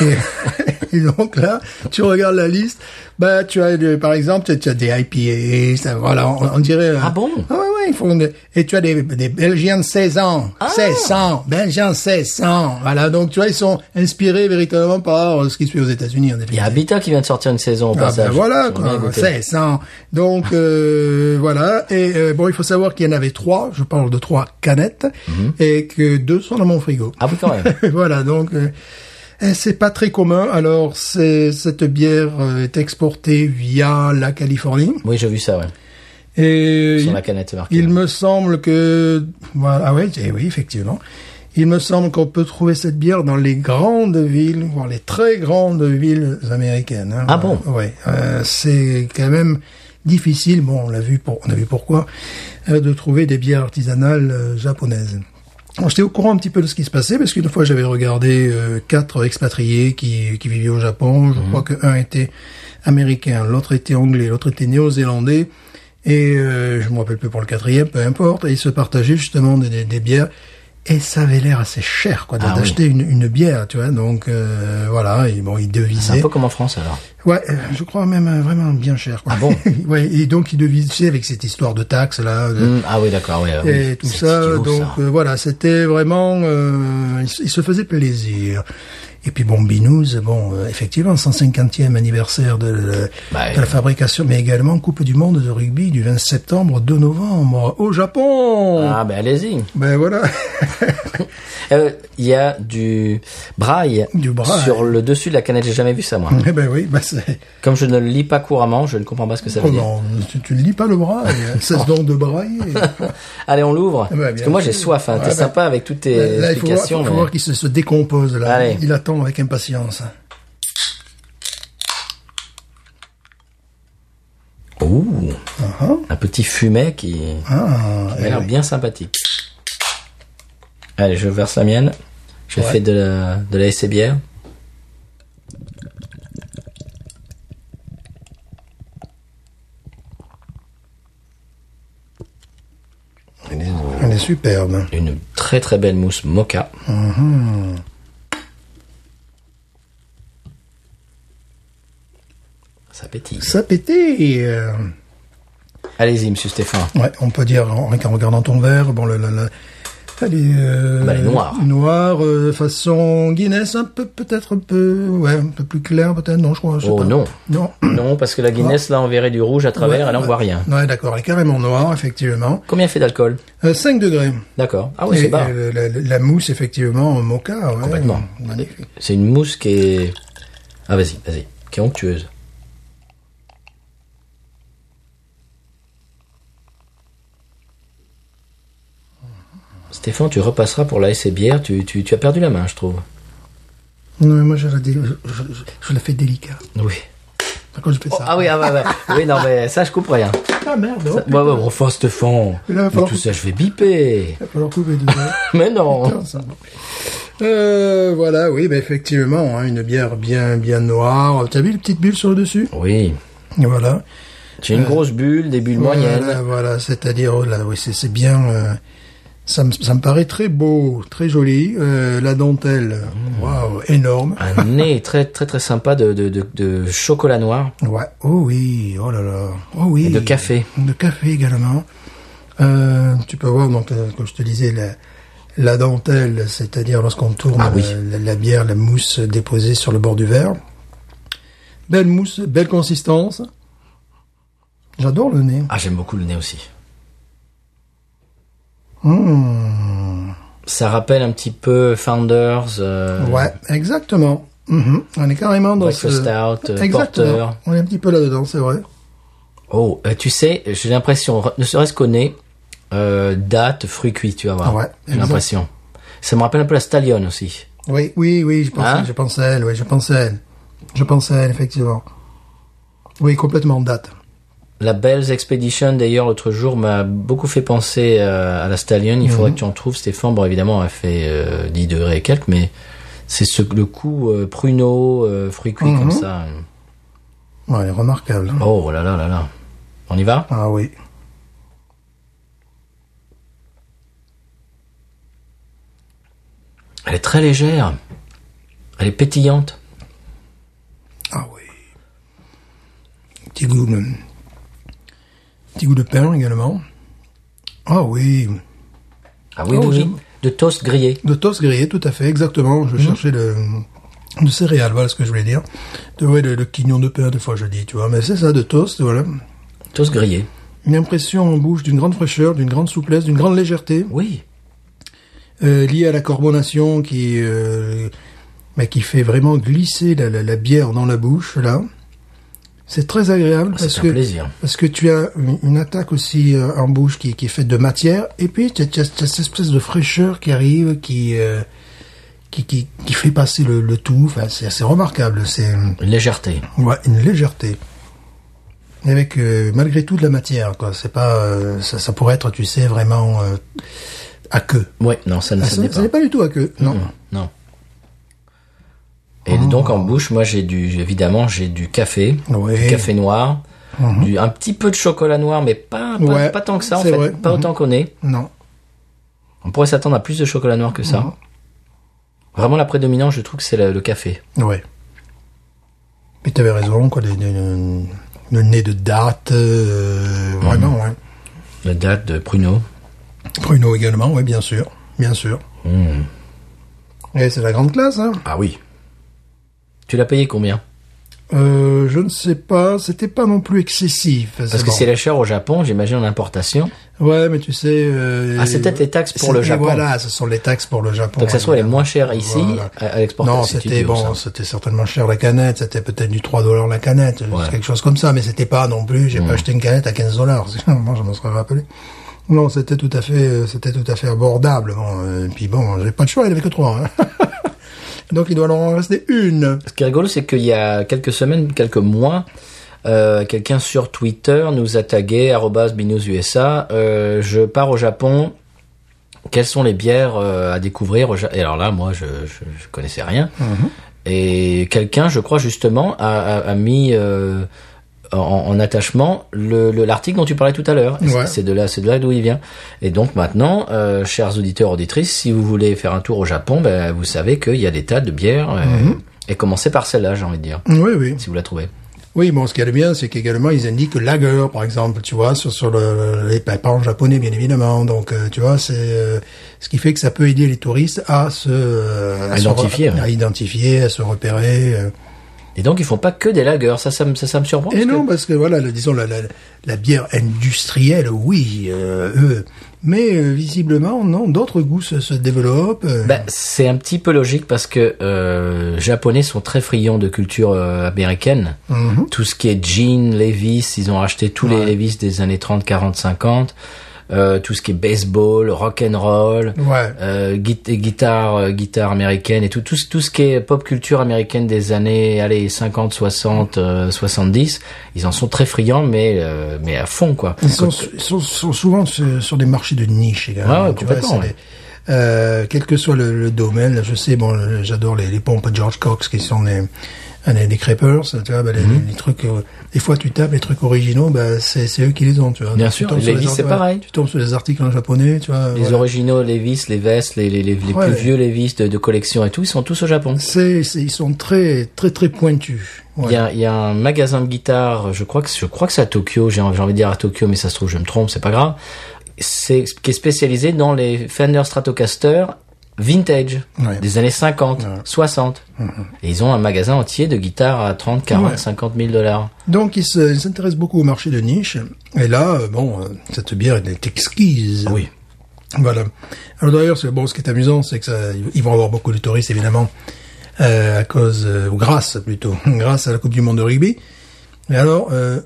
Speaker 3: Et, et [LAUGHS] donc là, tu regardes la liste, bah tu as de- par exemple, tu- tu as des IPA, ça, voilà, on, on dirait. euh,
Speaker 2: Ah bon
Speaker 3: Ah ouais, ouais, ils font des- et tu as des, des Belgiens de 16 ans,
Speaker 2: Ah.
Speaker 3: 1600, Belgiens 1600, voilà, donc tu vois, ils sont inspirés véritablement par euh, ce qui se fait aux États-Unis en
Speaker 2: Il y a
Speaker 3: définitive.
Speaker 2: Habitat qui vient de sortir une saison au
Speaker 3: Ah
Speaker 2: passage.
Speaker 3: ben voilà,
Speaker 2: J'aimerais bien
Speaker 3: quoi,
Speaker 2: goûter.
Speaker 3: 1600. Donc euh, voilà, et euh, bon, il faut savoir qu'il y en avait trois, je parle de trois canettes, et que deux sont dans mon frigo.
Speaker 2: Mhm. Ah oui, quand
Speaker 3: [LAUGHS]
Speaker 2: même.
Speaker 3: voilà, donc euh, eh, c'est pas très commun. Alors, c'est cette bière euh, est exportée via la Californie
Speaker 2: Oui, j'ai vu ça, ouais.
Speaker 3: et
Speaker 2: Sur
Speaker 3: il,
Speaker 2: la canette, c'est marqué.
Speaker 3: il me semble que voilà, ah ouais, eh oui, effectivement. Il me semble qu'on peut trouver cette bière dans les grandes villes, voire les très grandes villes américaines. hein.
Speaker 2: Ah bon
Speaker 3: Ouais, euh, c'est quand même difficile. Bon, on l'a vu pour, on a vu pourquoi euh, de trouver des bières artisanales euh, japonaises. Bon, J'étais au courant un petit peu de ce qui se passait parce qu'une fois j'avais regardé euh, quatre expatriés qui, qui vivaient au
Speaker 2: Mhm.
Speaker 3: Japon. Je crois que un était américain, l'autre était anglais, l'autre était néo-zélandais Et euh, je me rappelle plus pour le quatrième, peu importe. Et ils se partageaient justement des, des- des bières. Et ça avait l'air assez cher, quoi, de-
Speaker 2: Ah oui.
Speaker 3: d'acheter une, une bière, tu vois. Donc euh, voilà, et bon, ils
Speaker 2: C'est un
Speaker 3: devisaient.
Speaker 2: peu comme en France alors.
Speaker 3: Ouais, euh, je crois même euh, vraiment bien cher. Quoi.
Speaker 2: Ah bon
Speaker 3: [LAUGHS] Ouais, et donc ils devisaient avec cette histoire de taxes là. de-
Speaker 2: Hmm, ah oui, d'accord, oui. oui.
Speaker 3: Mm. et tout
Speaker 2: C'est
Speaker 3: ça.
Speaker 2: idiot,
Speaker 3: donc
Speaker 2: ça.
Speaker 3: euh, voilà, c'était vraiment, euh, il, se- il se faisait plaisir. Et puis bon, Binous, bon, euh, effectivement, 150e anniversaire de, la-
Speaker 2: Bah,
Speaker 3: de
Speaker 2: euh,
Speaker 3: la fabrication, mais également Coupe du Monde de rugby du 20 septembre 2 novembre au Japon.
Speaker 2: Ah ben allez-y.
Speaker 3: Ben voilà, [LAUGHS]
Speaker 2: Euh, Il y a du braille,
Speaker 3: Du braille.
Speaker 2: sur le dessus de la canette. J'ai jamais vu ça moi.
Speaker 3: Eh ben oui, ben c'est.
Speaker 2: Comme je ne le lis pas couramment, je ne comprends pas ce que ça veut
Speaker 3: Oh
Speaker 2: dire.
Speaker 3: non, tu, tu ne lis pas le braille, hein. cesse
Speaker 2: Oh.
Speaker 3: donc de
Speaker 2: [LAUGHS]
Speaker 3: brailler.
Speaker 2: Allez, on l'ouvre.
Speaker 3: bah,
Speaker 2: Parce
Speaker 3: bien
Speaker 2: que moi j'ai
Speaker 3: sûr.
Speaker 2: soif. Hein.
Speaker 3: Ouais,
Speaker 2: T'es
Speaker 3: bah,
Speaker 2: sympa avec toutes tes
Speaker 3: Là, il faut voir,
Speaker 2: explications.
Speaker 3: faut
Speaker 2: mais-
Speaker 3: voir qu'il se, se décompose là.
Speaker 2: Allez.
Speaker 3: Il attend avec impatience.
Speaker 2: Ouh,
Speaker 3: Uh-huh.
Speaker 2: un petit fumet qui
Speaker 3: Ah,
Speaker 2: a
Speaker 3: eh
Speaker 2: l'air
Speaker 3: oui.
Speaker 2: bien sympathique. Allez, je verse la mienne. Je fais de la, de la essai bière.
Speaker 3: Elle est superbe.
Speaker 2: Une très très belle mousse mocha. Mm-hmm. Ça pétille.
Speaker 3: Ça pétait. euh.
Speaker 2: Allez-y, monsieur Stéphane.
Speaker 3: Ouais, on peut dire en, en regardant ton verre, bon, la, la, la- elle est, euh,
Speaker 2: Bah, elle est noire.
Speaker 3: noire, euh, façon Guinness, un peu, peut-être un peu, ouais, un peu plus clair, peut-être, non, je crois, je sais
Speaker 2: Oh,
Speaker 3: pas.
Speaker 2: non.
Speaker 3: Non.
Speaker 2: Non, parce que la Guinness, là, on verrait du rouge à travers, et là, on voit rien.
Speaker 3: Ouais, d'accord, elle est carrément noire, effectivement.
Speaker 2: Combien fait d'alcool
Speaker 3: Euh, 5 degrés.
Speaker 2: D'accord. Ah oui, c'est
Speaker 3: Et,
Speaker 2: bas.
Speaker 3: euh, la, la- la mousse, effectivement, en mocha, ouais.
Speaker 2: Complètement.
Speaker 3: Magnifique.
Speaker 2: C'est une mousse qui est... Ah, vas-y, vas-y. Qui est onctueuse. Stéphane, tu repasseras pour la et bière. Tu, tu, tu as perdu la main, je trouve.
Speaker 3: Non, mais moi, je la, dé- je, je- je- je la fais délicat.
Speaker 2: Oui.
Speaker 3: Quand je fais ça.
Speaker 2: Ah oui, ah, ouais, ouais. oui, non, mais ça, je coupe rien.
Speaker 3: Ah, merde, oh,
Speaker 2: Ça- Ouais, ouais, bon, enfin, Stéphane.
Speaker 3: Mais là, il va
Speaker 2: mais
Speaker 3: falloir-
Speaker 2: tout ça, je vais biper.
Speaker 3: il va falloir couper deux heures.
Speaker 2: [LAUGHS] Mais non.
Speaker 3: Putain, ça va. Euh, voilà, oui, bah, effectivement, hein, une bière bien, bien noire. T'as vu les petites bulles sur le dessus
Speaker 2: Oui.
Speaker 3: Voilà.
Speaker 2: J'ai une grosse bulle, des bulles
Speaker 3: Voilà,
Speaker 2: moyennes.
Speaker 3: voilà, c'est-à-dire, oh là, oui, c'est c'est bien. euh, ça, me, ça me paraît très beau, très joli. Euh, la dentelle, waouh, énorme.
Speaker 2: Un nez très, très, très sympa de, de, de, de chocolat noir.
Speaker 3: Ouais. Oh oui, oh là là, oh oui.
Speaker 2: Et de café.
Speaker 3: De café également. Euh, tu peux voir donc euh, comme je te disais la, la dentelle, c'est-à-dire lorsqu'on tourne
Speaker 2: Ah oui.
Speaker 3: euh, la, la bière, la mousse déposée sur le bord du verre. Belle mousse, belle consistance. J'adore le nez.
Speaker 2: Ah, j'aime beaucoup le nez aussi.
Speaker 3: Hmm.
Speaker 2: Ça rappelle un petit peu Founders. euh,
Speaker 3: Ouais, exactement. Mhm. On est carrément dans ce.
Speaker 2: Breakfast Stout, euh,
Speaker 3: Exactement.
Speaker 2: Porter.
Speaker 3: On est un petit peu là-dedans, c'est vrai.
Speaker 2: Oh, euh, tu sais, j'ai l'impression, re- ne serait-ce qu'au nez, euh, date, fruits cuits, tu vas voir.
Speaker 3: Ah ouais,
Speaker 2: j'ai l'impression. Ça me rappelle un peu la Stallion aussi.
Speaker 3: Oui, oui, oui, je pense,
Speaker 2: Hein
Speaker 3: je pense à elle, oui, je pense à elle. Je pense à elle, effectivement. Oui, complètement date.
Speaker 2: La Bell's Expedition, d'ailleurs, l'autre jour, m'a beaucoup fait penser euh, à la Stallion. Il
Speaker 3: Mhm.
Speaker 2: faudrait que tu en trouves, Stéphane. Bon, évidemment, elle fait euh, 10 degrés et quelques, mais c'est ce, le coup euh, pruneau, euh, fruits cuits,
Speaker 3: Mhm.
Speaker 2: comme ça.
Speaker 3: Ouais, elle est remarquable. hein.
Speaker 2: Oh là là là là. On y va
Speaker 3: Ah oui.
Speaker 2: Elle est très légère. Elle est pétillante.
Speaker 3: Ah oui. Petit goût de... Petit goût de pain également. Ah oui.
Speaker 2: Ah oui,
Speaker 3: Oh,
Speaker 2: oui,
Speaker 3: j'aime.
Speaker 2: oui. De toast grillé.
Speaker 3: De toast grillé, tout à fait, exactement.
Speaker 2: Mhm.
Speaker 3: Je cherchais le... De céréales, voilà ce que je voulais dire. De, ouais, le, le quignon de pain, des fois je dis, tu vois. Mais c'est ça, de toast, voilà.
Speaker 2: Toast grillé.
Speaker 3: Une impression en bouche d'une grande fraîcheur, d'une grande souplesse, d'une grande légèreté.
Speaker 2: Oui.
Speaker 3: euh, lié à la carbonation qui euh, bah, qui fait vraiment glisser la, la- la bière dans la bouche là. C'est très agréable
Speaker 2: Ah, c'est
Speaker 3: parce
Speaker 2: un
Speaker 3: que
Speaker 2: plaisir.
Speaker 3: parce que tu as une, une attaque aussi euh, en bouche qui, qui est faite de matière et puis tu as, tu as- tu as cette espèce de fraîcheur qui arrive qui euh, qui, qui, qui fait passer le, le tout. Enfin, c'est assez remarquable. C'est
Speaker 2: Légèreté.
Speaker 3: ouais, une légèreté. Et Avec euh, malgré tout de la matière quoi. C'est pas euh, ça, ça pourrait être tu sais vraiment euh, à queue.
Speaker 2: Ouais, non, ça ne
Speaker 3: Ah,
Speaker 2: ça
Speaker 3: ça
Speaker 2: n'est
Speaker 3: n'est
Speaker 2: pas.
Speaker 3: pas du tout à queue. Non.
Speaker 2: Non. Et donc en bouche, moi j'ai du, évidemment, j'ai du café,
Speaker 3: Oui.
Speaker 2: du café noir, du- un petit peu de chocolat noir, mais pas, pas,
Speaker 3: Mhm. Ouais,
Speaker 2: pas tant que ça, en
Speaker 3: c'est
Speaker 2: fait.
Speaker 3: vrai.
Speaker 2: Pas
Speaker 3: Mhm.
Speaker 2: autant qu'on est.
Speaker 3: Non.
Speaker 2: On pourrait s'attendre à plus de chocolat noir que ça. Vraiment, la prédominante, je trouve que c'est le, le café.
Speaker 3: Ouais. Mais t'avais raison, quoi. des- des- des- le nez de date, euh,
Speaker 2: Mm.
Speaker 3: vraiment, ouais.
Speaker 2: La date de pruneau.
Speaker 3: Pruneau également, ouais, bien sûr. Bien sûr.
Speaker 2: Mm.
Speaker 3: Et c'est la grande classe, hein.
Speaker 2: Ah oui. Tu l'as payé combien
Speaker 3: Euh, je ne sais pas, c'était pas non plus excessif.
Speaker 2: Parce que c'est la chair au Japon, j'imagine, en importation.
Speaker 3: Ouais, mais tu sais. euh,
Speaker 2: Ah, c'est peut-être les taxes pour
Speaker 3: c'est-
Speaker 2: le
Speaker 3: et
Speaker 2: Japon.
Speaker 3: Voilà, ce sont les taxes pour le Japon.
Speaker 2: Donc, ça se trouve, elle est
Speaker 3: évidemment.
Speaker 2: moins chère ici, euh,
Speaker 3: Voilà.
Speaker 2: à, à l'exportation.
Speaker 3: Non,
Speaker 2: si tu
Speaker 3: c'était
Speaker 2: dis,
Speaker 3: bon,
Speaker 2: ça.
Speaker 3: c'était certainement cher la canette, c'était peut-être du 3 dollars la canette,
Speaker 2: Ouais. Hmm.
Speaker 3: quelque chose comme ça, mais c'était pas non plus, j'ai pas acheté une canette à 15 dollars, [LAUGHS] moi je m'en serais rappelé. Non, c'était tout à fait, euh, c'était tout à fait abordable. Bon, euh, et puis bon, j'ai pas de choix, il avait que trois. hein. [LAUGHS] Donc il doit leur en rester une.
Speaker 2: Ce qui est rigolo, c'est qu'il y a quelques semaines, quelques mois, euh, quelqu'un sur Twitter nous a tagué arobase @binoususa. Euh, je pars au Japon. Quelles sont les bières euh, à découvrir au Ja- Et alors là, moi, je, je, je connaissais rien.
Speaker 3: Mm-hmm.
Speaker 2: Et quelqu'un, je crois justement, a, a- a mis euh, en, en attachement le le- l'article dont tu parlais tout à l'heure. Et c'est-
Speaker 3: Ouais.
Speaker 2: C'est de là, c'est de là d'où il vient. Et donc maintenant, euh, chers auditeurs auditrices, si vous voulez faire un tour au Japon, ben, vous savez qu'il y a des tas de bières. euh,
Speaker 3: Mm-hmm.
Speaker 2: Et commencez par celle-là, j'ai envie de dire,
Speaker 3: Oui, oui.
Speaker 2: si vous la trouvez.
Speaker 3: Oui, bon, ce qui est bien, c'est qu'également, ils indiquent lager, par exemple, tu vois, sur, sur le- les papans japonais, bien évidemment. Donc, euh, tu vois, c'est euh, ce qui fait que ça peut aider les touristes à se... euh,
Speaker 2: À
Speaker 3: se re-
Speaker 2: identifier, ouais.
Speaker 3: à identifier, à se repérer. euh.
Speaker 2: Et donc ils font pas que des lagers. Ça, ça, me- ça, ça me surprend.
Speaker 3: Et
Speaker 2: parce
Speaker 3: non,
Speaker 2: que-
Speaker 3: parce que, voilà, le- disons, la, la, la bière industrielle, oui, euh, eux. Mais, euh, visiblement, non, d'autres goûts se, se développent. euh.
Speaker 2: Ben, c'est un petit peu logique parce que euh, japonais sont très friands de culture euh, américaine.
Speaker 3: Mhm.
Speaker 2: Tout ce qui est jean, Levi's, ils ont acheté tous les Levi's des années 30, 40, 50. Euh, tout ce qui est baseball, rock and roll,
Speaker 3: Ouais.
Speaker 2: euh, guit- et guitare, euh, guitare américaine et tout, tout, ce- tout ce qui est pop culture américaine des années allez 50, 60, euh, 70. Ils en sont très friands, mais euh, mais à fond quoi.
Speaker 3: Ils sont, ils sont, sont souvent sur, sur des marchés de niche également.
Speaker 2: Ah Ouais, ouais,
Speaker 3: tu vois,
Speaker 2: complètement,
Speaker 3: c'est
Speaker 2: ouais.
Speaker 3: des- euh, quel que soit le, le domaine, je sais, bon, le- j'adore les, les pompes George Cox qui sont des, euh, des, des creepers, tu vois, bah, les,
Speaker 2: Mhm.
Speaker 3: les trucs, euh, des fois tu tapes les trucs originaux, bah, c'est, c'est eux qui les ont, tu vois.
Speaker 2: Bien
Speaker 3: Tu
Speaker 2: sûr,
Speaker 3: tombes sur
Speaker 2: Levi's,
Speaker 3: les
Speaker 2: c'est
Speaker 3: articles-
Speaker 2: pareil.
Speaker 3: Tu tombes sur les articles en japonais, tu vois.
Speaker 2: Les
Speaker 3: voilà.
Speaker 2: originaux Levi's, les vestes, les, les, les, les
Speaker 3: Ouais.
Speaker 2: plus vieux Levi's de, de collection et tout, ils sont tous au Japon.
Speaker 3: C'est, c'est, ils sont très, très, très pointus. Ouais.
Speaker 2: Il y, a, il y a un magasin de guitare, je crois que je crois que c'est à Tokyo, j'ai envie j'ai envie de dire à Tokyo, mais ça se trouve je me trompe, c'est pas grave. C'est qui est spécialisé dans les Fender Stratocaster vintage
Speaker 3: Ouais. Mm-hmm.
Speaker 2: des années 50, 60. Et ils ont un magasin entier de guitares à 30, 40,
Speaker 3: Ouais.
Speaker 2: 50 000 dollars.
Speaker 3: Donc ils se- ils s'intéressent beaucoup au marché de niche. Et là, euh, bon, euh, cette bière elle est exquise.
Speaker 2: Oui.
Speaker 3: Voilà. Alors d'ailleurs, c'est- bon, ce qui est amusant, c'est que ça, ils vont avoir beaucoup de touristes évidemment euh, à cause euh, ou grâce plutôt, [LAUGHS] grâce à la Coupe du Monde de rugby. Et alors, euh,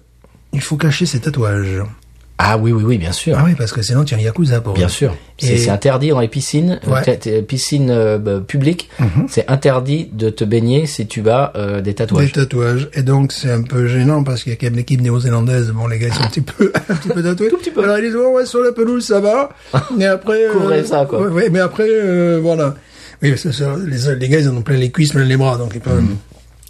Speaker 3: il faut cacher ses tatouages.
Speaker 2: Ah oui oui oui, bien sûr.
Speaker 3: Ah oui, parce que sinon tu as un yakuza pour.
Speaker 2: Bien
Speaker 3: eux.
Speaker 2: sûr. C'est
Speaker 3: Et-
Speaker 2: c'est interdit dans les piscines,
Speaker 3: Ouais. Mm-hmm.
Speaker 2: euh, t- piscines euh, bah, publiques. C'est interdit de te baigner si tu as euh, des
Speaker 3: Des
Speaker 2: tatouages.
Speaker 3: tatouages. Et donc, c'est un peu gênant parce qu'il y a quand même l'équipe néo-zélandaise. Bon, les gars, ils sont un petit peu, [LAUGHS] un petit peu tatoués.
Speaker 2: petit peu.
Speaker 3: Alors, ils disent, oh, ouais, ouais, sur la pelouse, ça va. Mais après.
Speaker 2: [LAUGHS]
Speaker 3: euh,
Speaker 2: Couvrez ça, quoi.
Speaker 3: Ouais, ouais, mais après, euh, voilà. Oui, parce que ça, les, les gars, ils en ont plein les cuisses, plein les bras, donc ils peuvent.
Speaker 2: Mmh.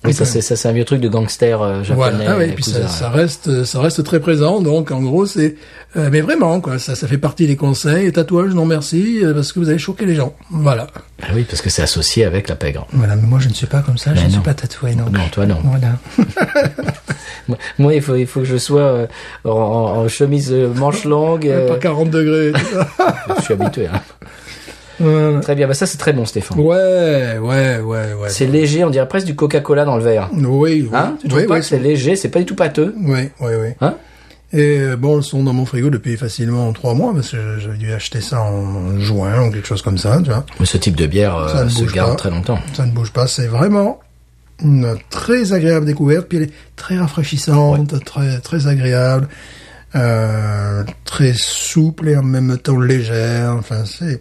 Speaker 2: Oui, ça c'est ça, c'est un vieux truc de gangster euh, japonais.
Speaker 3: Voilà. Ah oui, et puis ça,
Speaker 2: yakuza.
Speaker 3: ça reste, ça reste très présent. Donc, en gros, c'est, euh, mais vraiment, quoi, ça, ça fait partie des conseils. Tatouage, non merci, euh, parce que vous allez choquer les gens. Voilà.
Speaker 2: Ah oui, parce que c'est associé avec la pègre.
Speaker 3: Voilà. Mais moi, je ne suis pas comme ça. je
Speaker 2: Mais
Speaker 3: ne suis
Speaker 2: Ben non.
Speaker 3: pas tatoué, non.
Speaker 2: Non, toi, non.
Speaker 3: Voilà.
Speaker 2: Moi- Moi, il faut, il faut que je sois euh, en, en- en chemise euh, manche longue. euh,
Speaker 3: Pas
Speaker 2: [LAUGHS]
Speaker 3: 40 degrés. tout ça.
Speaker 2: je suis habitué. hein.
Speaker 3: Voilà.
Speaker 2: Très bien, bah, ça c'est très bon, Stéphane.
Speaker 3: Ouais, ouais, ouais, ouais.
Speaker 2: C'est léger, on dirait presque du Coca-Cola dans le verre.
Speaker 3: Oui, oui.
Speaker 2: Hein Tu
Speaker 3: oui,
Speaker 2: trouves
Speaker 3: oui,
Speaker 2: pas que c'est léger, c'est pas du tout pâteux.
Speaker 3: oui, oui, oui.
Speaker 2: Hein
Speaker 3: Et euh, bon, ils sont dans mon frigo depuis facilement trois mois parce que j'avais dû acheter ça en juin ou quelque chose comme ça, tu vois.
Speaker 2: Mais ce type de bière euh,
Speaker 3: Ça ne
Speaker 2: se
Speaker 3: bouge
Speaker 2: garde
Speaker 3: pas.
Speaker 2: très longtemps.
Speaker 3: Ça ne bouge pas. C'est vraiment une très agréable découverte. Puis elle est très rafraîchissante, très très agréable, euh, très souple et en même temps légère. Enfin, c'est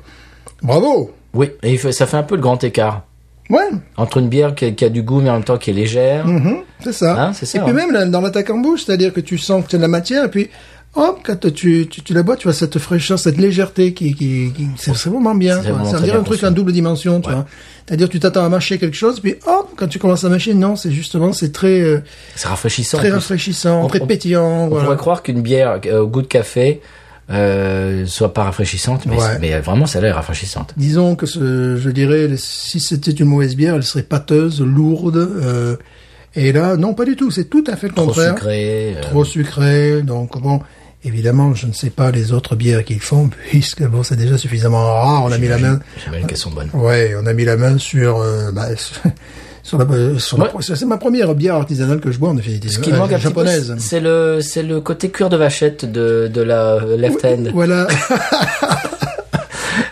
Speaker 3: bravo.
Speaker 2: Oui, et il fait- ça fait un peu le grand écart.
Speaker 3: Ouais,
Speaker 2: Entre une bière qui a, qui a du goût, mais en même temps qui est légère.
Speaker 3: Mhm, c'est ça.
Speaker 2: Hein, c'est ça,
Speaker 3: et puis
Speaker 2: hein.
Speaker 3: même là, dans l'attaque en bouche, c'est-à-dire que tu sens que c'est de la matière, et puis hop, quand tu, tu, tu la bois, tu as cette fraîcheur, cette légèreté qui, qui, qui c'est c'est vraiment bien.
Speaker 2: C'est
Speaker 3: quoi.
Speaker 2: vraiment
Speaker 3: Ça
Speaker 2: très
Speaker 3: dirait
Speaker 2: bien
Speaker 3: un truc
Speaker 2: conçu.
Speaker 3: en double dimension, tu vois. C'est-à-dire, tu t'attends à mâcher quelque chose, puis hop, quand tu commences à mâcher, non, c'est justement, c'est très, euh,
Speaker 2: C'est rafraîchissant.
Speaker 3: très
Speaker 2: en plus.
Speaker 3: rafraîchissant,
Speaker 2: On-
Speaker 3: très
Speaker 2: on-
Speaker 3: pétillant,
Speaker 2: On
Speaker 3: voilà.
Speaker 2: pourrait croire qu'une bière euh, au goût de café euh, soit pas rafraîchissante, mais,
Speaker 3: Ouais.
Speaker 2: mais, euh, vraiment, celle-là est rafraîchissante.
Speaker 3: Disons que ce, je dirais, le- si c'était une mauvaise bière, elle serait pâteuse, lourde, euh, et là, non, pas du tout, c'est tout à fait le
Speaker 2: Trop
Speaker 3: contraire.
Speaker 2: sucrée. euh,
Speaker 3: Trop sucré, donc bon, évidemment, je ne sais pas les autres bières qu'ils font, [LAUGHS] puisque bon, c'est déjà suffisamment rare, on a mis la main,
Speaker 2: J'imagine qu'elles sont bonnes.
Speaker 3: ouais, on a mis la main sur, euh, bah, [LAUGHS] sur- sur la, euh, sur la-
Speaker 2: Ouais.
Speaker 3: c'est ma première bière artisanale que je bois en définitive,
Speaker 2: Ce qui
Speaker 3: euh,
Speaker 2: manque un petit peu,
Speaker 3: japonaise.
Speaker 2: c'est le, c'est le côté cuir de vachette de, de la euh, left hand.
Speaker 3: Voilà. [LAUGHS]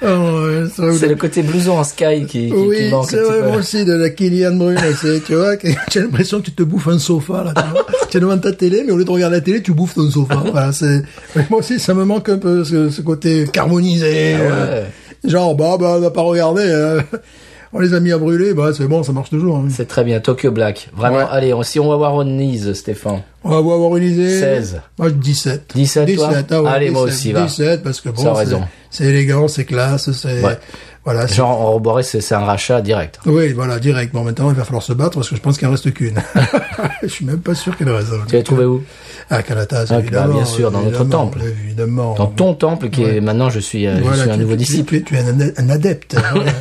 Speaker 3: Oh, ouais, ça, vous
Speaker 2: C'est le côté blouson en sky qui, qui, qui
Speaker 3: Oui,
Speaker 2: manque un
Speaker 3: c'est vrai,
Speaker 2: petit
Speaker 3: moi
Speaker 2: peu.
Speaker 3: aussi, de la Kylian Brune, c'est, tu vois, que- [LAUGHS] tu as l'impression que tu te bouffes un sofa, là, tu vois. [LAUGHS] tu es devant ta télé, mais au lieu de regarder la télé, tu bouffes
Speaker 2: [LAUGHS]
Speaker 3: ton sofa. Voilà, c'est, mais moi aussi, ça me manque un peu, ce, ce côté
Speaker 2: Ah
Speaker 3: carbonisé. euh, genre, bah, bah, on va pas regarder, euh, [LAUGHS] on les a mis à brûler, bah, c'est bon, ça marche toujours. hein.
Speaker 2: C'est très bien. Tokyo Black. Vraiment,
Speaker 3: Ouais.
Speaker 2: allez, on- si on va voir on Nise, Stéphane.
Speaker 3: On va avoir réalisé.
Speaker 2: 16.
Speaker 3: Moi, je- 17.
Speaker 2: 17, toi
Speaker 3: ah ouais,
Speaker 2: Allez, moi
Speaker 3: 17,
Speaker 2: aussi, va.
Speaker 3: 17, parce que bon,
Speaker 2: Ça a
Speaker 3: c'est-
Speaker 2: raison.
Speaker 3: c'est élégant, c'est classe, c'est,
Speaker 2: Ouais.
Speaker 3: voilà, c'est-
Speaker 2: Genre, on reboirait, c'est c'est un rachat direct.
Speaker 3: Oui, voilà, direct. Bon, maintenant, il va falloir se battre parce que je pense qu'il en reste qu'une. [LAUGHS] je suis même pas sûr qu'elle reste.
Speaker 2: Tu l'as trouvé où
Speaker 3: À Calatas,
Speaker 2: Ah,
Speaker 3: évidemment.
Speaker 2: bah, bien sûr, dans notre
Speaker 3: évidemment,
Speaker 2: temple.
Speaker 3: Évidemment.
Speaker 2: Dans ton temple, qui est maintenant, je suis, euh, je
Speaker 3: Voilà,
Speaker 2: suis un
Speaker 3: tu-
Speaker 2: nouveau
Speaker 3: tu- tu-
Speaker 2: disciple.
Speaker 3: Tu, tu es un, un adepte. hein,
Speaker 2: [LAUGHS]
Speaker 3: Voilà.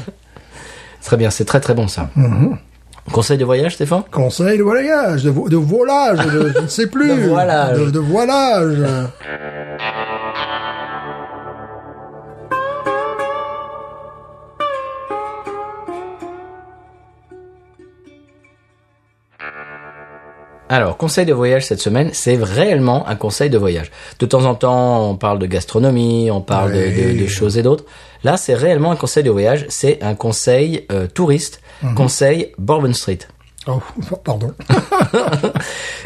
Speaker 2: Très bien, c'est très très bon ça.
Speaker 3: Mm-hmm.
Speaker 2: Conseil de voyage, Stéphane
Speaker 3: Conseil de voyage, de, vo- de voilage, de, je ne sais plus.
Speaker 2: De voilage.
Speaker 3: De, de voilage.
Speaker 2: Alors, conseil de voyage cette semaine, c'est réellement un conseil de voyage. De temps en temps, on parle de gastronomie, on parle de- de,
Speaker 3: Ouais.
Speaker 2: de choses et d'autres. Là, c'est réellement un conseil de voyage, c'est un conseil euh, touriste,
Speaker 3: Mhm.
Speaker 2: conseil Bourbon Street.
Speaker 3: Oh,
Speaker 2: [LAUGHS]
Speaker 3: pardon.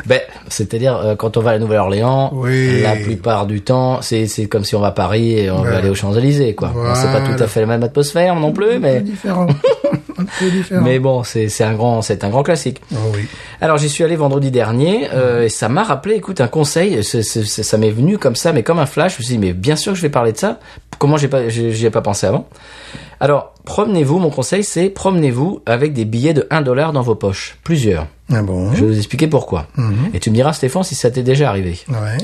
Speaker 2: Ben, c'est-à-dire euh, quand on va à la Nouvelle-Orléans,
Speaker 3: Oui.
Speaker 2: la plupart du temps, c'est c'est comme si on va à Paris et on va
Speaker 3: Voilà.
Speaker 2: aller aux Champs-Élysées, quoi. Bon, C'est pas tout à
Speaker 3: Voilà.
Speaker 2: fait la même atmosphère non plus,
Speaker 3: Un
Speaker 2: mais
Speaker 3: peu différent. un peu différent.
Speaker 2: mais bon, c'est c'est un grand c'est un grand classique.
Speaker 3: Oh oui.
Speaker 2: Alors j'y suis allé vendredi dernier euh, et ça m'a rappelé, écoute, un conseil, c'est- c'est- c'est- ça m'est venu comme ça, mais comme un flash, je me suis dit, mais bien sûr que je vais parler de ça, comment j'ai pas, j'ai- j'y ai pas pensé avant. Alors, promenez-vous, mon conseil, c'est promenez-vous avec des billets de 1 dollar dans vos poches, plusieurs.
Speaker 3: Ah bon.
Speaker 2: Je vais vous expliquer pourquoi. Et tu me diras, Stéphane, si ça t'est déjà arrivé.
Speaker 3: Ouais.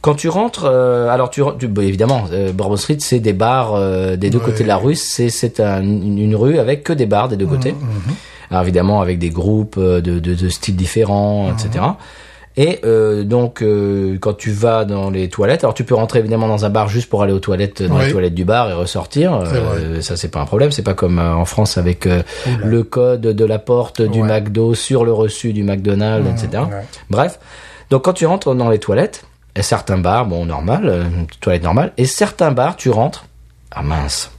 Speaker 2: Quand tu rentres, euh, alors tu, rentres- tu- bah, évidemment, euh, Bourbon Street, c'est des bars euh, des deux
Speaker 3: Ouais.
Speaker 2: côtés de la rue. C'est c'est un- une une rue avec que des bars des deux côtés. Alors évidemment avec des groupes euh, de, de, de styles différents, etc. Et euh, donc euh, quand tu vas dans les toilettes, alors tu peux rentrer évidemment dans un bar juste pour aller aux toilettes, dans les
Speaker 3: Ouais.
Speaker 2: toilettes du bar et ressortir.
Speaker 3: C'est vrai.
Speaker 2: Euh, ça c'est pas un problème. C'est pas comme euh, en France avec euh,
Speaker 3: Oula.
Speaker 2: le code de la porte du
Speaker 3: Ouais. Mmh,
Speaker 2: McDo sur le reçu du McDonald's, etc.
Speaker 3: ouais.
Speaker 2: Bref, donc quand tu rentres dans les toilettes, et certains bars, bon, normal, euh, une toilette normale, et certains bars, tu rentres, ah mince,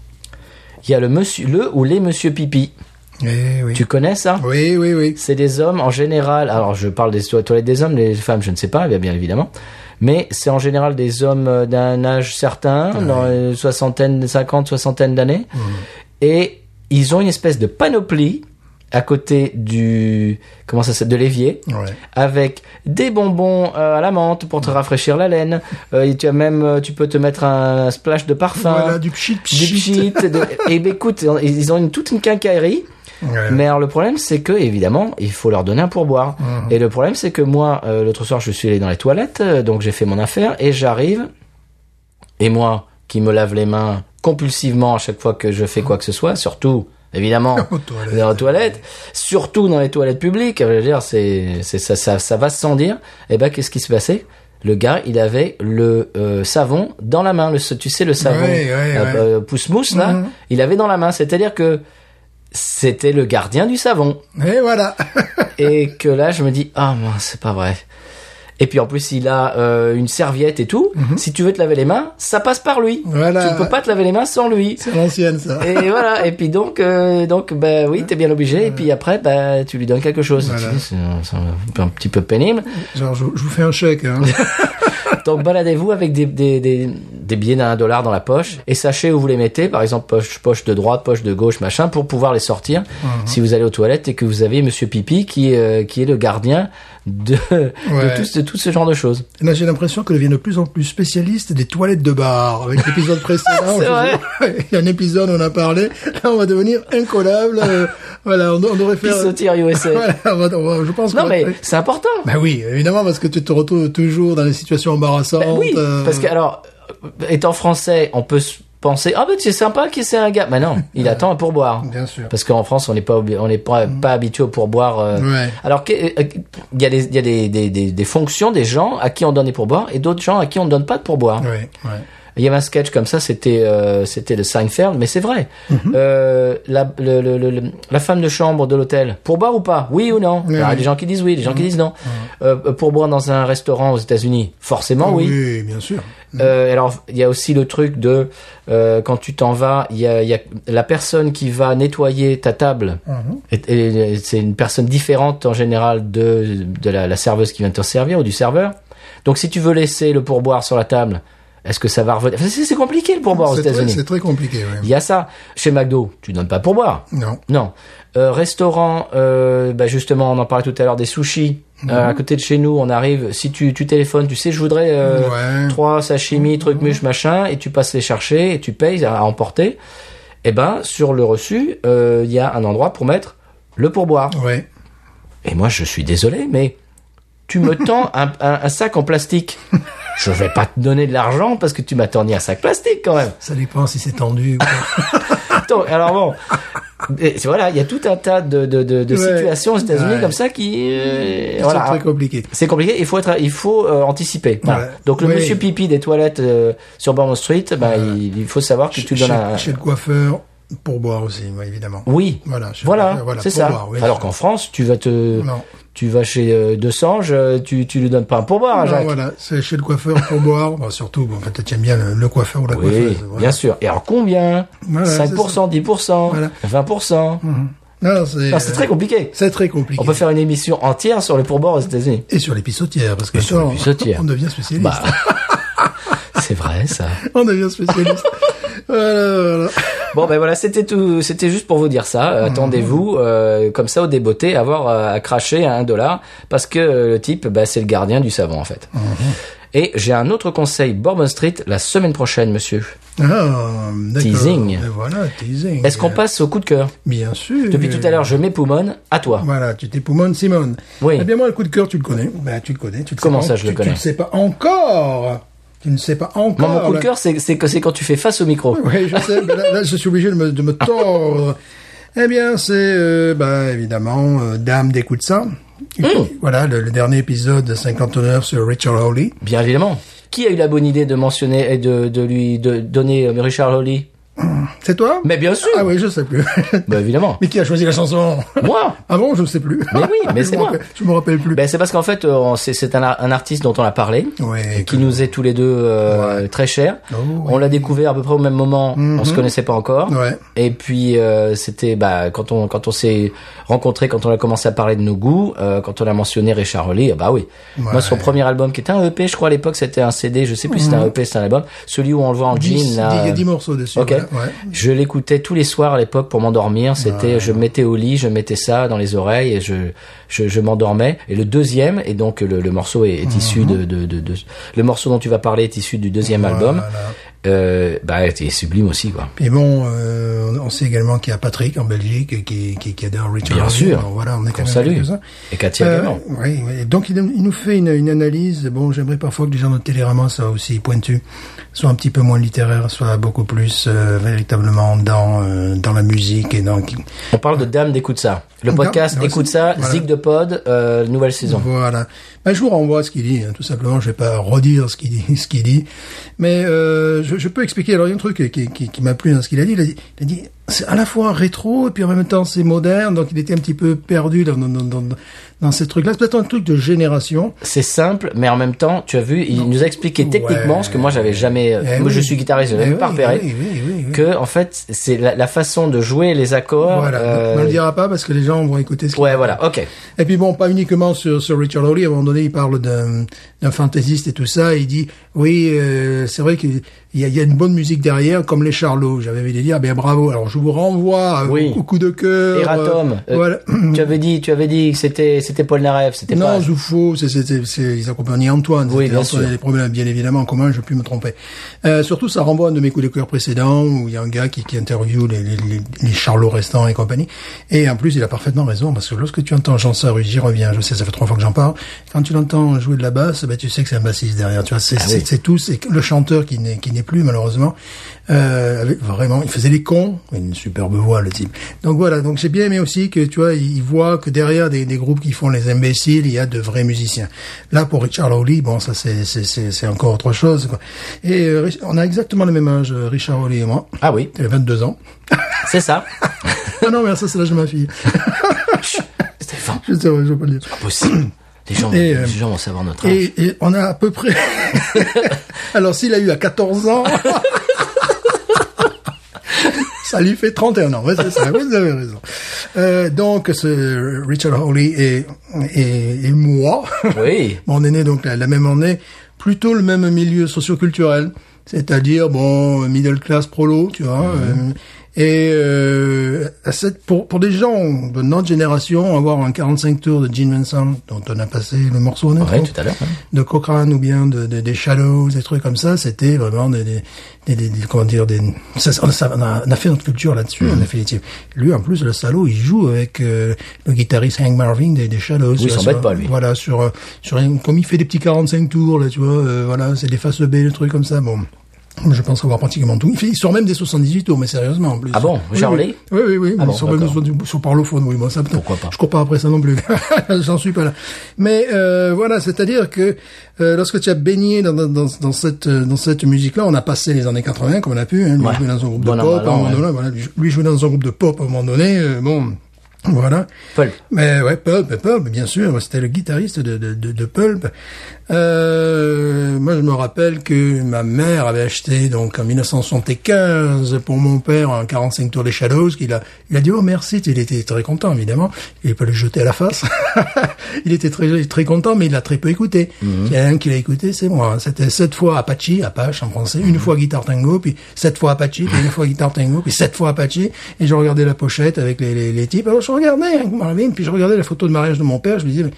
Speaker 2: il y a le monsieur, le ou les monsieur pipi.
Speaker 3: Eh oui.
Speaker 2: Tu connais ça
Speaker 3: Oui, oui, oui.
Speaker 2: C'est des hommes en général. Alors je parle des to- toilettes des hommes, des femmes, je ne sais pas, bien, bien évidemment. Mais c'est en général des hommes euh, d'un âge certain, dans euh, soixantaine, cinquante, soixantaine d'années,
Speaker 3: Mm.
Speaker 2: et ils ont une espèce de panoplie à côté du comment ça s'appelle de l'évier
Speaker 3: Ouais.
Speaker 2: avec des bonbons euh, à la menthe pour te rafraîchir la laine. Euh, et tu as même, euh, tu peux te mettre un splash de parfum,
Speaker 3: Voilà, du pchit,
Speaker 2: du pchit.
Speaker 3: pchit. [LAUGHS]
Speaker 2: de- Et ben, écoute, ils ils ont une, toute une quincaillerie.
Speaker 3: Ouais.
Speaker 2: Mais alors le problème, c'est que évidemment, il faut leur donner un pourboire.
Speaker 3: Mhm.
Speaker 2: Et le problème, c'est que moi, euh, l'autre soir, je suis allé dans les toilettes, euh, donc j'ai fait mon affaire et j'arrive. Et moi, qui me lave les mains compulsivement à chaque fois que je fais quoi que ce soit, surtout évidemment
Speaker 3: [LAUGHS] Aux toilettes.
Speaker 2: dans les toilettes, surtout dans les toilettes publiques, je veux dire, c'est c'est- ça, ça, ça va sans dire. Et ben, qu'est-ce qui se passait Le gars, il avait le euh, savon dans la main, le, tu sais, le savon
Speaker 3: Ouais, ouais, ouais.
Speaker 2: euh, pousse-mousse là,
Speaker 3: Mhm.
Speaker 2: il avait dans la main. C'est-à-dire que c'était le gardien du savon.
Speaker 3: Et voilà. [LAUGHS]
Speaker 2: Et que là, je me dis, ah mince, c'est pas vrai. Et puis en plus, il a euh, une serviette et tout. Si tu veux te laver les mains, ça passe par lui.
Speaker 3: Mhm. Voilà.
Speaker 2: Tu ne peux pas te laver les mains sans lui.
Speaker 3: C'est l'ancienne, ça. [LAUGHS]
Speaker 2: Et voilà. Et puis donc, euh, donc bah oui, t'es bien obligé. Et puis après, bah tu lui donnes quelque chose.
Speaker 3: Voilà.
Speaker 2: Tu dis, C'est un- c'est un, un petit peu pénible. [LAUGHS]
Speaker 3: Genre, je, je vous fais un chèque. Hein.
Speaker 2: Donc baladez-vous avec des, des, des, des billets d'un dollar dans la poche et sachez où vous les mettez, par exemple poche, poche de droite, poche de gauche, machin, pour pouvoir les sortir si vous allez aux toilettes et que vous avez Monsieur Pipi qui, euh, qui est le gardien de,
Speaker 3: Ouais.
Speaker 2: de, tout, ce- de tout ce genre de choses.
Speaker 3: Et là, j'ai l'impression que devient de plus en plus spécialiste des toilettes de bar. Avec l'épisode précédent,
Speaker 2: [LAUGHS] C'est
Speaker 3: [LAUGHS]
Speaker 2: vrai.
Speaker 3: je vous- il y a un épisode où on a parlé. Là, on va devenir incollable.
Speaker 2: [LAUGHS]
Speaker 3: euh, voilà, on, on devrait faire. [LAUGHS]
Speaker 2: Pissotir USA.
Speaker 3: Voilà, on va- on va- je pense.
Speaker 2: Non
Speaker 3: qu'on-
Speaker 2: mais c'est important.
Speaker 3: Bah oui, évidemment, parce que tu te retrouves toujours dans des situations embarrassantes.
Speaker 2: Bah oui,
Speaker 3: euh,
Speaker 2: parce que alors, euh, étant français, on peut se penser ah ben c'est sympa qu'il c'est un gars. Mais Ben non, il attend un pourboire.
Speaker 3: Bien sûr. Mm.
Speaker 2: Parce qu'en France, on n'est pas obli- on n'est pas, pas habitué au pourboire. euh.
Speaker 3: Ouais.
Speaker 2: Alors que- euh, il y a des il y a des, des, des, des fonctions des gens à qui on donne des pourboires et d'autres gens à qui on ne donne pas de pourboire.
Speaker 3: Ouais, ouais.
Speaker 2: Il y avait un sketch comme ça, c'était euh, c'était le Seinfeld, mais c'est vrai.
Speaker 3: Mm-hmm.
Speaker 2: Euh, la, le- le- le- le- la femme de chambre de l'hôtel, pour boire ou pas Oui ou non
Speaker 3: Oui,
Speaker 2: Il y a
Speaker 3: oui. Mm-hmm.
Speaker 2: des gens qui disent oui, des gens qui disent non. Euh, pour boire dans un restaurant aux États-Unis, forcément Ah oui.
Speaker 3: bien sûr.
Speaker 2: Euh, alors, il y a aussi le truc de euh, quand tu t'en vas, il y a, il y a la personne qui va nettoyer ta table.
Speaker 3: Mhm.
Speaker 2: et- et c'est une personne différente en général de, de la, la serveuse qui vient te servir ou du serveur. Donc, si tu veux laisser le pourboire sur la table, est-ce que ça va revenir Enfin, C'est c'est compliqué le pourboire aux
Speaker 3: C'est très,
Speaker 2: États-Unis.
Speaker 3: c'est très compliqué, ouais.
Speaker 2: Il y a ça. Chez McDo, tu donnes pas de pourboire.
Speaker 3: Non.
Speaker 2: Non. Euh, restaurant, euh, bah justement, on en parlait tout à l'heure des sushis. Euh, à côté de chez nous, on arrive. Si tu, tu téléphones, tu sais, je voudrais euh,
Speaker 3: Ouais.
Speaker 2: trois sashimi, truc muche, machin, et tu passes les chercher et tu payes à, à emporter. Eh ben, sur le reçu, euh, il y a un endroit pour mettre le pourboire.
Speaker 3: Ouais.
Speaker 2: Et moi, je suis désolé, mais tu me tends un, un- un sac en plastique. Je vais pas te donner de l'argent parce que tu m'as tendu un sac plastique quand même.
Speaker 3: Ça dépend si c'est tendu. ou pas.
Speaker 2: Attends, alors bon. Et voilà, il y a tout un tas de, de, de, de
Speaker 3: Ouais.
Speaker 2: situations aux États-Unis
Speaker 3: Ouais.
Speaker 2: comme ça qui. euh,
Speaker 3: c'est
Speaker 2: voilà.
Speaker 3: très compliqué.
Speaker 2: C'est compliqué, il faut être, il faut euh, anticiper. Voilà.
Speaker 3: Ouais.
Speaker 2: Donc le
Speaker 3: Oui.
Speaker 2: monsieur pipi des toilettes euh, sur Bourbon Street, bah, il, il faut savoir que tu
Speaker 3: Chez-
Speaker 2: donnes un.
Speaker 3: Chez le coiffeur, pour boire aussi, ouais, évidemment.
Speaker 2: Oui.
Speaker 3: Voilà, chez-
Speaker 2: Voilà,
Speaker 3: voilà,
Speaker 2: c'est
Speaker 3: pour
Speaker 2: ça.
Speaker 3: boire, oui.
Speaker 2: Alors qu'en France, tu vas te,
Speaker 3: Non.
Speaker 2: tu vas chez euh, Desange, euh, tu, tu lui donnes pas un pourboire à
Speaker 3: Non,
Speaker 2: Jacques.
Speaker 3: voilà, c'est chez le coiffeur pour boire. Bon, surtout, bon, peut-être tu aimes bien le, le coiffeur ou la
Speaker 2: Oui,
Speaker 3: coiffeuse. voilà.
Speaker 2: bien sûr. Et alors combien
Speaker 3: Voilà, c'est
Speaker 2: 5%, 10%,
Speaker 3: Voilà.
Speaker 2: 20%.
Speaker 3: Non, c'est
Speaker 2: Non, c'est très compliqué.
Speaker 3: C'est très compliqué.
Speaker 2: On peut faire une émission entière sur les pourboires aux États-Unis.
Speaker 3: Et sur les pissotières, parce que
Speaker 2: sur
Speaker 3: ça,
Speaker 2: les
Speaker 3: on-
Speaker 2: pissotières.
Speaker 3: on devient spécialiste.
Speaker 2: Bah, [LAUGHS] c'est vrai ça.
Speaker 3: [LAUGHS] On
Speaker 2: [LAUGHS]
Speaker 3: devient spécialiste. voilà, voilà.
Speaker 2: Bon ben voilà, c'était tout, c'était juste pour vous dire ça. Euh, Attendez-vous euh, comme ça au débeauté avoir euh, à cracher à un dollar parce que euh, le type, bah, c'est le gardien du savon en fait. Et j'ai un autre conseil Bourbon Street la semaine prochaine, monsieur.
Speaker 3: Ah, d'accord.
Speaker 2: Teasing.
Speaker 3: Et Voilà, teasing.
Speaker 2: Est-ce qu'on passe au coup de cœur
Speaker 3: Bien sûr.
Speaker 2: Depuis tout à l'heure, je m'époumonne. À toi.
Speaker 3: Voilà, tu t'époumones, Simone.
Speaker 2: Oui.
Speaker 3: Eh bien, moi, le coup de cœur, tu le connais. Bah, tu le connais. Tu le
Speaker 2: Comment
Speaker 3: sais
Speaker 2: ça,
Speaker 3: pas-
Speaker 2: je le
Speaker 3: tu-
Speaker 2: connais
Speaker 3: Tu ne sais pas encore. Tu ne sais pas
Speaker 2: Moi,
Speaker 3: encore.
Speaker 2: mon coup de
Speaker 3: là.
Speaker 2: cœur, c'est c'est que c'est quand tu fais face au micro.
Speaker 3: [LAUGHS] Oui, je sais, mais là, là, je suis obligé de me, de me tordre. Eh bien, c'est euh, bah, évidemment euh, Dame des coups de sang.
Speaker 2: Mmh.
Speaker 3: Voilà, le, le dernier épisode de 59 sur Richard Hawley.
Speaker 2: Bien évidemment. Qui a eu la bonne idée de mentionner et de, de lui de donner euh, Richard Hawley
Speaker 3: C'est toi
Speaker 2: Mais bien sûr.
Speaker 3: Ah oui, je
Speaker 2: [LAUGHS]
Speaker 3: sais plus.
Speaker 2: Bah, évidemment.
Speaker 3: mais qui a choisi la chanson
Speaker 2: Moi.
Speaker 3: Ah bon, je sais plus.
Speaker 2: Mais oui, mais
Speaker 3: [LAUGHS] Je
Speaker 2: c'est
Speaker 3: me
Speaker 2: moi.
Speaker 3: rappelle- Je me rappelle plus.
Speaker 2: Ben, c'est parce qu'en fait, euh, on- c'est c'est un, ar- un artiste dont on a parlé,
Speaker 3: Ouais,
Speaker 2: et qui
Speaker 3: que-
Speaker 2: nous est tous les deux euh, très cher.
Speaker 3: Oh, oui. Mhm.
Speaker 2: On l'a découvert à peu près au même moment, on se connaissait pas encore.
Speaker 3: Ouais.
Speaker 2: Et puis euh, c'était bah, quand on quand on s'est rencontrés, quand on a commencé à parler de nos goûts, euh, quand on a mentionné Richard Hawley, ah bah oui. Moi, son premier album qui était un EP, je crois à l'époque c'était un CD, je sais plus si
Speaker 3: Mhm.
Speaker 2: c'était un EP, c'était un album. Celui où on le voit en
Speaker 3: Dix-
Speaker 2: jean.
Speaker 3: dix-
Speaker 2: là,
Speaker 3: Il y a
Speaker 2: euh,
Speaker 3: 10 morceaux dessus.
Speaker 2: Ok.
Speaker 3: voilà, ouais.
Speaker 2: Je l'écoutais tous les soirs à l'époque pour m'endormir. C'était, je me mettais au lit, je mettais ça dans les oreilles et je, je, je m'endormais. Et le deuxième, et donc le, le morceau est, est
Speaker 3: Mhm.
Speaker 2: issu de, de, de, de- le morceau dont tu vas parler est issu du deuxième album. Euh, bah, était sublime aussi, quoi.
Speaker 3: Et bon, euh, on- on sait également qu'il y a Patrick en Belgique qui, qui, qui adore Richard
Speaker 2: Bien
Speaker 3: Hawley.
Speaker 2: sûr.
Speaker 3: Bon, voilà, on est
Speaker 2: Qu'on
Speaker 3: quand même
Speaker 2: salue.
Speaker 3: quelques-uns.
Speaker 2: Et Katia
Speaker 3: Euh,
Speaker 2: également.
Speaker 3: oui, oui. Donc il, il nous fait une, une analyse. Bon, j'aimerais parfois que les gens de Télérama soient aussi pointus, soient un petit peu moins littéraires, soient beaucoup plus euh, véritablement dans euh, dans la musique et dans
Speaker 2: On parle de Dame d'écoute ça. Le
Speaker 3: Dame,
Speaker 2: podcast
Speaker 3: ouais,
Speaker 2: écoute
Speaker 3: c'est-
Speaker 2: ça,
Speaker 3: voilà.
Speaker 2: Zig de Pod, euh, nouvelle saison.
Speaker 3: voilà. Ben, je vous renvoie ce qu'il dit. hein, tout simplement, je vais pas redire ce qu'il dit, [LAUGHS] ce qu'il dit, mais euh, je, je peux expliquer. Alors il y a un truc qui qui, qui m'a plu dans ce qu'il a dit. Il a dit, il a dit c'est à la fois rétro et puis en même temps c'est moderne, donc il était un petit peu perdu dans, dans, dans, dans, dans ces trucs-là. C'est peut-être un truc de génération.
Speaker 2: C'est simple, mais en même temps, tu as vu, il nous a expliqué techniquement
Speaker 3: Ouais.
Speaker 2: ce que moi j'avais jamais.
Speaker 3: Eh
Speaker 2: Euh, moi,
Speaker 3: oui.
Speaker 2: je suis guitariste, je
Speaker 3: Eh
Speaker 2: n'avais pas
Speaker 3: oui,
Speaker 2: repéré.
Speaker 3: oui, oui, oui, oui.
Speaker 2: Que en fait, c'est la, la façon de jouer les accords.
Speaker 3: Voilà,
Speaker 2: euh,
Speaker 3: on ne le dira pas parce que les gens vont écouter ce qu'il
Speaker 2: Ouais, voilà, ok.
Speaker 3: Et puis bon, pas uniquement sur, sur Richard Lowry. À un moment donné, il parle d'un d'un fantaisiste et tout ça. Il dit, oui, euh, c'est vrai qu'il y a, il y a une bonne musique derrière, comme les Charlots. J'avais envie de dire, ben bravo. Alors je vous renvoie euh,
Speaker 2: Oui.
Speaker 3: au coup de cœur.
Speaker 2: Eratom.
Speaker 3: euh,
Speaker 2: euh,
Speaker 3: voilà.
Speaker 2: Tu avais dit, tu avais dit que c'était, c'était Polnareff, c'était pas.
Speaker 3: Non, Zoufo, c'est, c'est, c'est, c'est- ils accompagnaient Antoine.
Speaker 2: Oui,
Speaker 3: C'était
Speaker 2: bien
Speaker 3: Antoine
Speaker 2: sûr.
Speaker 3: et les problèmes, bien évidemment, comment je puis me tromper. Euh, surtout, ça renvoie à un de mes coups de cœur précédents où il y a un gars qui, qui interviewe les, les, les, les Charlots restants et compagnie. Et en plus, il a parfaitement raison parce que lorsque tu entends Jean Sarru, j'y reviens, je sais, ça fait trois fois que j'en parle. Quand tu l'entends jouer de la basse, ben, tu sais que c'est un bassiste derrière. Tu vois, c'est, c'est,
Speaker 2: Ah oui.
Speaker 3: c'est tout. C'est le chanteur qui n'est, qui n'est plus, malheureusement. Euh, avec- vraiment, il faisait les cons. Une superbe voix, le type. Donc voilà. Donc j'ai bien aimé aussi que, tu vois, il voit que derrière des, des groupes qui font les imbéciles, il y a de vrais musiciens. Là, pour Richard Hawley, bon, ça, c'est, c'est, c'est, c'est encore autre chose, quoi. Et euh, Rich- on a exactement le même âge, euh, Richard Hawley et moi.
Speaker 2: Ah oui,
Speaker 3: J'avais 22 ans.
Speaker 2: c'est ça. [LAUGHS]
Speaker 3: Ah non, mais ça, c'est l'âge de ma fille. [LAUGHS]
Speaker 2: Stéphane,
Speaker 3: je sais, ouais, je veux pas le dire. [COUGHS]
Speaker 2: possible. Les gens,
Speaker 3: Et, euh,
Speaker 2: les gens vont savoir notre âge.
Speaker 3: Et, et on a à
Speaker 2: [LAUGHS]
Speaker 3: peu près. Alors s'il a eu à 14 ans. Ça lui fait 31 ans, ouais, c'est ça, vous avez raison. Euh, donc, ce Richard Hawley et, et, et moi,
Speaker 2: Oui.
Speaker 3: Bon, on est né donc la, la même année, plutôt le même milieu socioculturel, c'est-à-dire bon middle class prolo, tu vois.
Speaker 2: Mhm.
Speaker 3: euh, et euh, à cette- pour pour des gens de notre génération, avoir un 45 tours de Gene Vincent, dont on a passé le morceau honnêtement,
Speaker 2: Ouais, tout à l'heure, hein.
Speaker 3: de Cochrane ou bien de, de- des Shadows, des trucs comme ça, c'était vraiment des, des, des- des- des- comment dire des ça, ça- ça- on, a, on a fait notre culture
Speaker 2: Mhm.
Speaker 3: là-dessus, en définitive. Lui en plus le salaud, il joue avec euh, le guitariste Hank Marvin des, des Shadows.
Speaker 2: Oui, il
Speaker 3: Sur-
Speaker 2: s'embête
Speaker 3: sur-
Speaker 2: pas, lui.
Speaker 3: Voilà sur euh, sur un- comme il fait des petits 45 tours là, tu vois, euh, voilà, c'est des faces B, des trucs comme ça. Bon. Je pense avoir pratiquement tout. Il, fait, il sort même des 78 tours, mais sérieusement en plus.
Speaker 2: Ah bon,
Speaker 3: Oui,
Speaker 2: Charlie
Speaker 3: oui. Oui, oui, oui.
Speaker 2: Ah
Speaker 3: mais
Speaker 2: bon,
Speaker 3: sur, même
Speaker 2: d'accord.
Speaker 3: sur, sur parlophone, oui, moi ça.
Speaker 2: Pourquoi pas.
Speaker 3: Je cours pas après ça non plus. [LAUGHS] J'en suis pas là. Mais euh, voilà, c'est-à-dire que euh, lorsque tu as baigné dans, dans, dans, dans cette euh, dans cette musique-là, on a passé les années 80 comme on a pu. Hein, lui
Speaker 2: Ouais.
Speaker 3: jouer dans un groupe
Speaker 2: Bon
Speaker 3: de
Speaker 2: an,
Speaker 3: pop,
Speaker 2: mal an,
Speaker 3: à un moment
Speaker 2: ouais.
Speaker 3: donné, voilà, lui- lui jouer dans un groupe de pop à un moment donné. euh, bon, voilà.
Speaker 2: Pulp.
Speaker 3: Mais ouais, Pulp, Pulp, bien sûr, c'était le guitariste de, de, de, de Pulp. Euh, moi, je me rappelle que ma mère avait acheté, donc, en 1975, pour mon père, un 45 tours des Shadows, qu'il a, il a dit, oh, merci, il était très content, évidemment. Il est pas le jeter à la face. [LAUGHS] il était très, très content, mais il l'a très peu écouté. Il y en a un qui l'a écouté, c'est moi. C'était sept fois Apache, Apache en français, une fois Guitar Tango, puis sept fois Apache, puis une fois Guitar Tango, puis sept fois Apache. Et je regardais la pochette avec les, les, les types. Alors je regardais hein, Hank Marvin, puis je regardais la photo de mariage de mon père. Je me disais, mais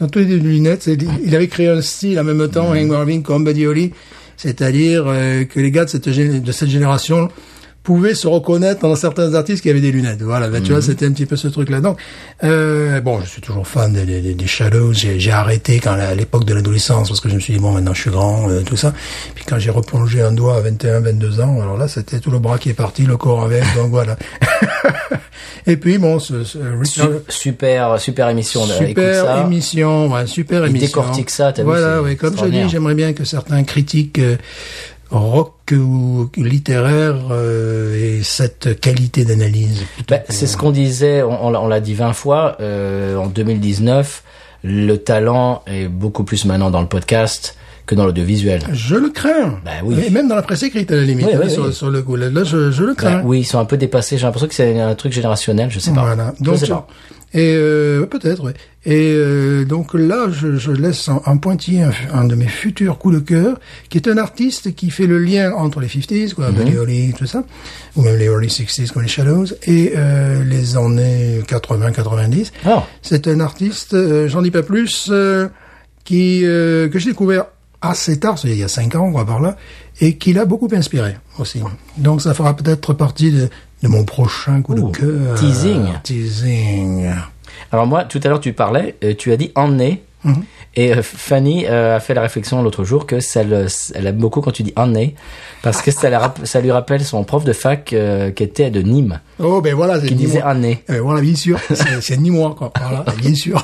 Speaker 3: ils ont tous les deux des lunettes. c'est- Il avait créé un style en même temps, Hank Marvin comme Buddy Holly. C'est-à-dire euh, que les gars de cette, gé- de cette génération pouvaient se reconnaître dans certains artistes qui avaient des lunettes. Voilà, ben, tu vois, c'était un petit peu ce truc-là. Donc, euh, bon, je suis toujours fan des, des, des- des Shadows. J'ai j'ai arrêté quand la- à l'époque de l'adolescence parce que je me suis dit bon, maintenant je suis grand, euh, tout ça. Puis quand j'ai replongé un doigt à 21, 22 ans, alors là, c'était tout le bras qui est parti, le corps avec. donc voilà. [LAUGHS] Et puis bon, ce, ce Richard.
Speaker 2: Su- super, super émission. là, écoute
Speaker 3: Super
Speaker 2: ça.
Speaker 3: émission, ouais, super
Speaker 2: Il
Speaker 3: émission.
Speaker 2: décortique ça, t'as vu,
Speaker 3: Voilà,
Speaker 2: c'est
Speaker 3: ouais, comme je
Speaker 2: extraordinaire.
Speaker 3: dis, j'aimerais bien que certains critiques euh, rock ou littéraires euh, aient cette qualité d'analyse. plutôt
Speaker 2: Ben,
Speaker 3: que-
Speaker 2: c'est ce qu'on disait, on, on l'a- on l'a dit 20 fois, euh, en 2019, le talent est beaucoup plus maintenant dans le podcast que dans l'audiovisuel.
Speaker 3: Je le crains.
Speaker 2: Ben oui.
Speaker 3: Et même dans la presse écrite, à la limite,
Speaker 2: Oui,
Speaker 3: hein,
Speaker 2: oui,
Speaker 3: sur,
Speaker 2: oui.
Speaker 3: sur le coup. Là, là, je, je le crains.
Speaker 2: Ben oui, ils sont un peu dépassés, j'ai l'impression que c'est un truc générationnel, je sais pas.
Speaker 3: Voilà.
Speaker 2: Je
Speaker 3: Donc,
Speaker 2: sais pas.
Speaker 3: Et euh, peut-être, ouais. Et euh, donc là, je, je laisse en, en pointillé un, un de mes futurs coups de cœur, qui est un artiste qui fait le lien entre les 50s,
Speaker 2: Mhm.
Speaker 3: quoi, les early, tout ça, ou même les early 60s comme les Shadows, et euh, les années 80-90.
Speaker 2: Ah.
Speaker 3: C'est un artiste, euh, j'en dis pas plus, euh, qui euh, que j'ai découvert assez tard, c'est il y a cinq ans, quoi, par là, et qui l'a beaucoup inspiré aussi. Donc ça fera peut-être partie de, de mon prochain coup
Speaker 2: Ouh,
Speaker 3: de cœur.
Speaker 2: teasing.
Speaker 3: Teasing.
Speaker 2: Alors moi, tout à l'heure, tu parlais, euh, tu as dit emmener.
Speaker 3: Mhm.
Speaker 2: Et euh, Fanny euh, a fait la réflexion l'autre jour que ça le, elle aime beaucoup quand tu dis emmener, parce que ça, la rapp- ça lui rappelle son prof de fac euh, qui était de Nîmes,
Speaker 3: Oh ben voilà, c'est
Speaker 2: qui
Speaker 3: ni
Speaker 2: disait ah.
Speaker 3: moi.
Speaker 2: emmener. [LAUGHS]
Speaker 3: Eh ben voilà, bien sûr, c'est c'est ni moi quoi. Voilà, bien sûr.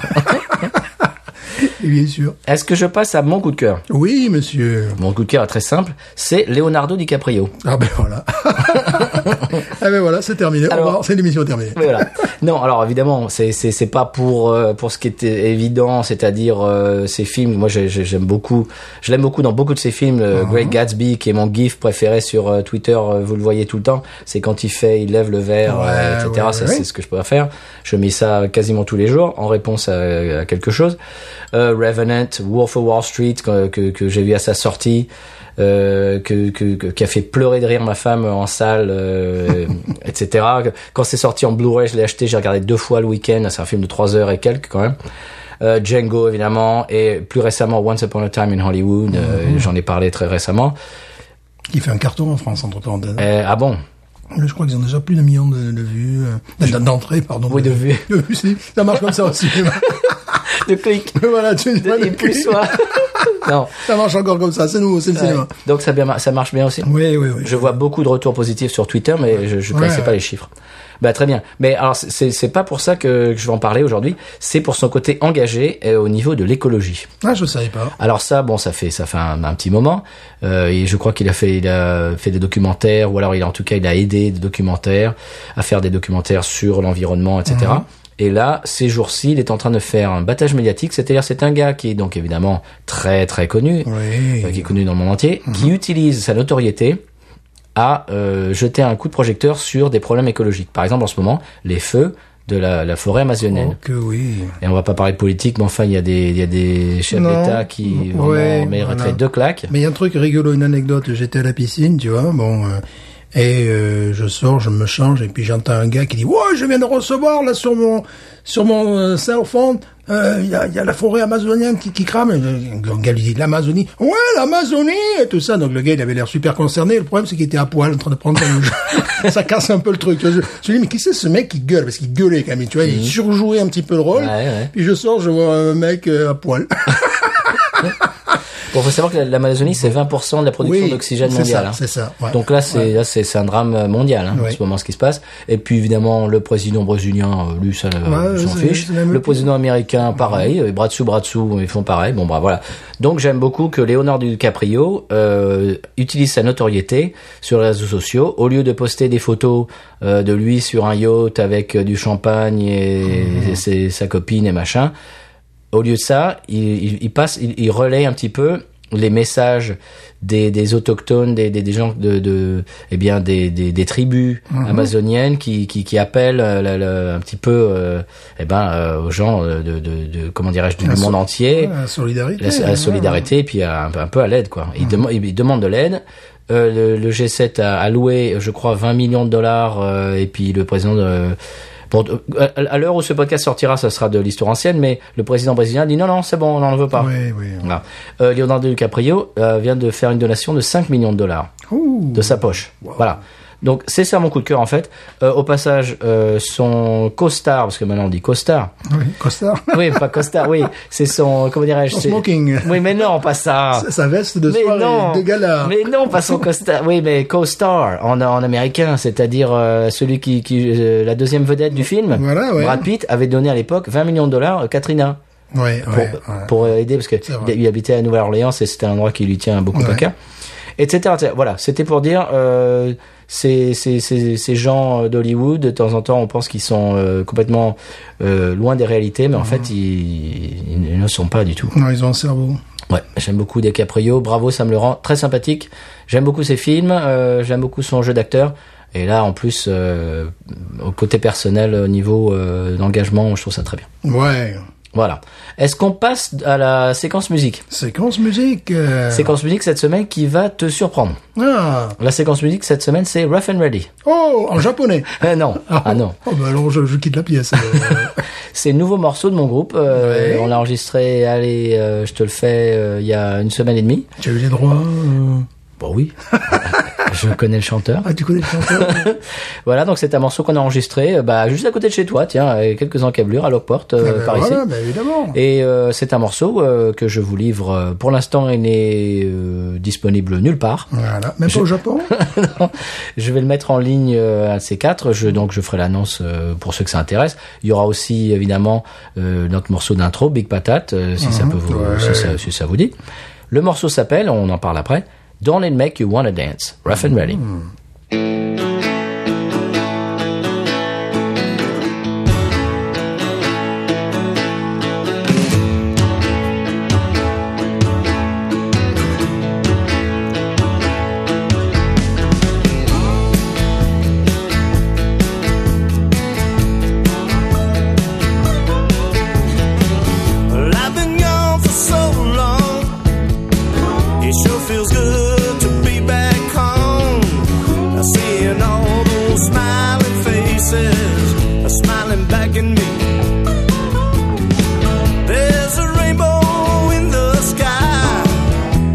Speaker 3: bien sûr.
Speaker 2: Est-ce que je passe à mon coup de cœur
Speaker 3: Oui, monsieur.
Speaker 2: Mon coup de cœur est très simple, c'est Leonardo DiCaprio.
Speaker 3: Ah ben voilà. [LAUGHS] ah ben voilà, c'est terminé. Au
Speaker 2: Alors-
Speaker 3: revoir, c'est l'émission terminée.
Speaker 2: [LAUGHS] Mais voilà. Non, alors évidemment, c'est c'est c'est pas pour euh, pour ce qui était évident, c'est-à-dire euh, ces films. Moi, j'ai- j'ai- j'aime beaucoup. Je l'aime beaucoup dans beaucoup de ces films. euh, Great Gatsby, qui est mon gif préféré sur euh, Twitter, euh, vous le voyez tout le temps. C'est quand il fait, il lève le verre,
Speaker 3: Ouais,
Speaker 2: euh, etc.
Speaker 3: ouais,
Speaker 2: Ça,
Speaker 3: ouais.
Speaker 2: C'est ce que je peux faire. Je mets ça quasiment tous les jours en réponse à, à quelque chose. Euh, Revenant, Wolf of Wall Street, que que, que j'ai vu à sa sortie. Euh, que, que, que- qui a fait pleurer de rire ma femme en salle, euh, etc. Quand c'est sorti en Blu-ray, je l'ai acheté, j'ai regardé deux fois le week-end. C'est un film de trois heures et quelques quand même. Euh, Django évidemment et plus récemment Once Upon a Time in Hollywood. euh, J'en ai parlé très récemment.
Speaker 3: Qui fait un carton en France, entre parenthèses.
Speaker 2: Euh, ah bon
Speaker 3: Là, je crois qu'ils ont déjà plus d'un million de, de vues. euh, d- D'entrées, pardon.
Speaker 2: Oui, de vues.
Speaker 3: [LAUGHS] De vues, si. Ça marche comme
Speaker 2: [LAUGHS]
Speaker 3: ça aussi. [LAUGHS]
Speaker 2: Le clic.
Speaker 3: voilà, tu vois,
Speaker 2: Et
Speaker 3: le
Speaker 2: plus
Speaker 3: cul.
Speaker 2: soi. [LAUGHS] non.
Speaker 3: Ça marche encore comme ça. C'est nouveau, c'est le cinéma.
Speaker 2: Donc ça, bien, mar- ça marche bien aussi.
Speaker 3: Oui, oui, oui.
Speaker 2: Je vois beaucoup de retours positifs sur Twitter, mais je ne
Speaker 3: Ouais,
Speaker 2: connaissais
Speaker 3: ouais.
Speaker 2: pas les chiffres. Bah très bien. Mais alors c'est- c'est c'est pas pour ça que, que je vais en parler aujourd'hui. C'est pour son côté engagé euh, au niveau de l'écologie.
Speaker 3: Ah, je savais pas.
Speaker 2: Alors ça, bon, ça fait ça fait un, un petit moment. Euh, et je crois qu'il a fait il a fait des documentaires ou alors il a en tout cas il a aidé des documentaires à faire des documentaires sur l'environnement, etc.
Speaker 3: Mhm.
Speaker 2: Et là, ces jours-ci, il est en train de faire un battage médiatique. C'est-à-dire, c'est un gars qui est donc évidemment très très connu,
Speaker 3: Oui.
Speaker 2: euh, qui est connu dans le monde entier,
Speaker 3: Mhm.
Speaker 2: qui utilise sa notoriété à euh, jeter un coup de projecteur sur des problèmes écologiques. Par exemple, en ce moment, les feux de la, la forêt amazonienne.
Speaker 3: Oh, que oui.
Speaker 2: Et on va pas parler de politique, mais enfin, il y a des, il y a des chefs
Speaker 3: Non.
Speaker 2: d'État qui vraiment
Speaker 3: Ouais,
Speaker 2: mériteraient
Speaker 3: voilà.
Speaker 2: deux claques.
Speaker 3: Mais il y a un truc rigolo, une anecdote. J'étais à la piscine, tu vois, bon, euh, et euh, je sors, je me change, et puis j'entends un gars qui dit, ouais, je viens de recevoir là sur mon sur mon euh, cell phone, euh, il y, a, il y a la forêt amazonienne qui, qui crame. Et Le le gars lui dit, l'Amazonie, ouais, l'Amazonie et tout ça. Donc le gars, il avait l'air super concerné. Le problème, c'est qu'il était à poil, en train de prendre sa douche.
Speaker 2: [LAUGHS]
Speaker 3: ça casse un peu le truc. tu vois. Je, je lui dis, mais qui c'est ce mec qui gueule Parce qu'il gueulait quand même, tu vois, il surjouait un petit peu le rôle.
Speaker 2: Mhm. Ouais, ouais.
Speaker 3: Puis je sors, je vois un mec euh, à poil.
Speaker 2: Bon, faut savoir que la- l'Amazonie, c'est 20% de la production
Speaker 3: Oui,
Speaker 2: d'oxygène
Speaker 3: c'est
Speaker 2: mondiale.
Speaker 3: ça,
Speaker 2: hein.
Speaker 3: c'est ça, ouais.
Speaker 2: Donc là, c'est là, c'est c'est un drame mondial hein, en
Speaker 3: Ouais.
Speaker 2: ce moment ce qui se passe. Et puis évidemment, le président brésilien, euh, lui, ça euh,
Speaker 3: Ouais,
Speaker 2: s'en
Speaker 3: c'est-
Speaker 2: fiche.
Speaker 3: c'est la même
Speaker 2: Le président américain, pareil. Et bras dessous, bras dessous, ils font pareil. Bon, bah voilà. Donc j'aime beaucoup que Leonardo DiCaprio euh, utilise sa notoriété sur les réseaux sociaux au lieu de poster des photos euh, de lui sur un yacht avec euh, du champagne et,
Speaker 3: Mmh.
Speaker 2: et ses- sa copine et machin au lieu de ça, il, il, il passe, il, il relaie un petit peu les messages des, des autochtones, des, des, des gens de, de eh bien des, des, des tribus amazoniennes qui, qui, qui appellent euh, la- la- un petit peu euh, eh ben euh, aux gens euh, de, de, de comment dirais-je du
Speaker 3: La
Speaker 2: monde
Speaker 3: so-
Speaker 2: entier
Speaker 3: Ouais, [LAUGHS] la solidarité.
Speaker 2: la, la
Speaker 3: ouais.
Speaker 2: solidarité et puis à- un, peu- un peu à l'aide quoi. Il, dema- il- il demande de l'aide. Euh, le, le G7 a alloué, je crois, 20 millions de dollars euh, et puis le président de Bon, à à l'heure où ce podcast sortira, ça sera de l'histoire ancienne, mais le président brésilien dit non, non, c'est bon, on n'en veut pas.
Speaker 3: Oui, oui.
Speaker 2: Voilà. Euh, Leonardo DiCaprio euh, vient de faire une donation de 5 millions de dollars
Speaker 3: Ouh.
Speaker 2: de sa poche. Voilà. Donc c'est ça mon coup de cœur en fait. Euh, au passage, euh, son costard, parce que maintenant on dit costard.
Speaker 3: Oui, costard.
Speaker 2: [LAUGHS] Oui, pas costard, oui. C'est son, comment dirais-je
Speaker 3: Son
Speaker 2: c'est-
Speaker 3: smoking.
Speaker 2: Oui, mais non, pas ça.
Speaker 3: Sa- Sa veste de
Speaker 2: Mais
Speaker 3: soirée,
Speaker 2: non,
Speaker 3: de gala.
Speaker 2: mais non, pas son costard. Oui, mais co-star en, en américain, c'est-à-dire euh, celui qui, qui euh, la deuxième vedette du film.
Speaker 3: Voilà, ouais.
Speaker 2: Brad Pitt avait donné à l'époque 20 millions de dollars à Katrina
Speaker 3: [LAUGHS] Ouais,
Speaker 2: pour,
Speaker 3: ouais, ouais.
Speaker 2: pour aider parce que
Speaker 3: C'est vrai.
Speaker 2: il habitait à Nouvelle-Orléans et c'était un endroit qui lui tient beaucoup à
Speaker 3: Ouais.
Speaker 2: cœur, etc. etc. Voilà, c'était pour dire euh, ces, ces, ces, ces gens d'Hollywood, de temps en temps, on pense qu'ils sont euh, complètement euh, loin des réalités, mais en fait, ils, ils ne sont pas du tout.
Speaker 3: Non, ils ont un cerveau.
Speaker 2: Ouais, j'aime beaucoup DiCaprio, bravo, ça me le rend très sympathique. J'aime beaucoup ses films, euh, j'aime beaucoup son jeu d'acteur. Et là, en plus, euh, au côté personnel, au niveau euh, d'engagement, je trouve ça très bien.
Speaker 3: Ouais.
Speaker 2: Voilà. Est-ce qu'on passe à la séquence musique
Speaker 3: Séquence musique. euh.
Speaker 2: Séquence musique cette semaine qui va te surprendre.
Speaker 3: Ah.
Speaker 2: La séquence musique cette semaine, c'est Rough and
Speaker 3: [LAUGHS]
Speaker 2: Ready.
Speaker 3: Oh, en japonais.
Speaker 2: Euh, non, ah non.
Speaker 3: Oh, bah alors, je, je quitte la
Speaker 2: [LAUGHS]
Speaker 3: pièce. euh.
Speaker 2: C'est le nouveau morceau de mon groupe. euh,
Speaker 3: Ouais.
Speaker 2: On l'a enregistré, allez, euh, je te le fais, euh, il y a une semaine et demie.
Speaker 3: tu as eu les droits. euh.
Speaker 2: Bon oui. [LAUGHS] Je connais le chanteur. [LAUGHS]
Speaker 3: Ah, tu connais le
Speaker 2: Euh,
Speaker 3: chanteur
Speaker 2: Voilà, donc c'est un morceau qu'on a enregistré euh, bah, juste à côté de chez toi, tiens, avec quelques encablures à Lockport, euh,
Speaker 3: Ah ben
Speaker 2: par
Speaker 3: Voilà,
Speaker 2: ici.
Speaker 3: ben évidemment.
Speaker 2: Et euh, c'est un morceau euh, que je vous livre. euh, Pour l'instant, il n'est euh, disponible nulle part.
Speaker 3: Voilà, même pas au Japon
Speaker 2: [LAUGHS] Non, je vais le mettre en ligne euh, à ces quatre. Je, donc, je ferai l'annonce euh, pour ceux que ça intéresse. Il y aura aussi, évidemment, euh, notre morceau d'intro, Big Patate, euh, si, ça peut vous, si, ça, si ça vous dit. Le morceau s'appelle, on en parle après, Don't It Make You Wanna Dance, Rough and Ready.
Speaker 5: Well, I've been gone for so long. It sure feels good to be back home. I'm seeing all those smiling faces are smiling back at me. There's a rainbow in the sky,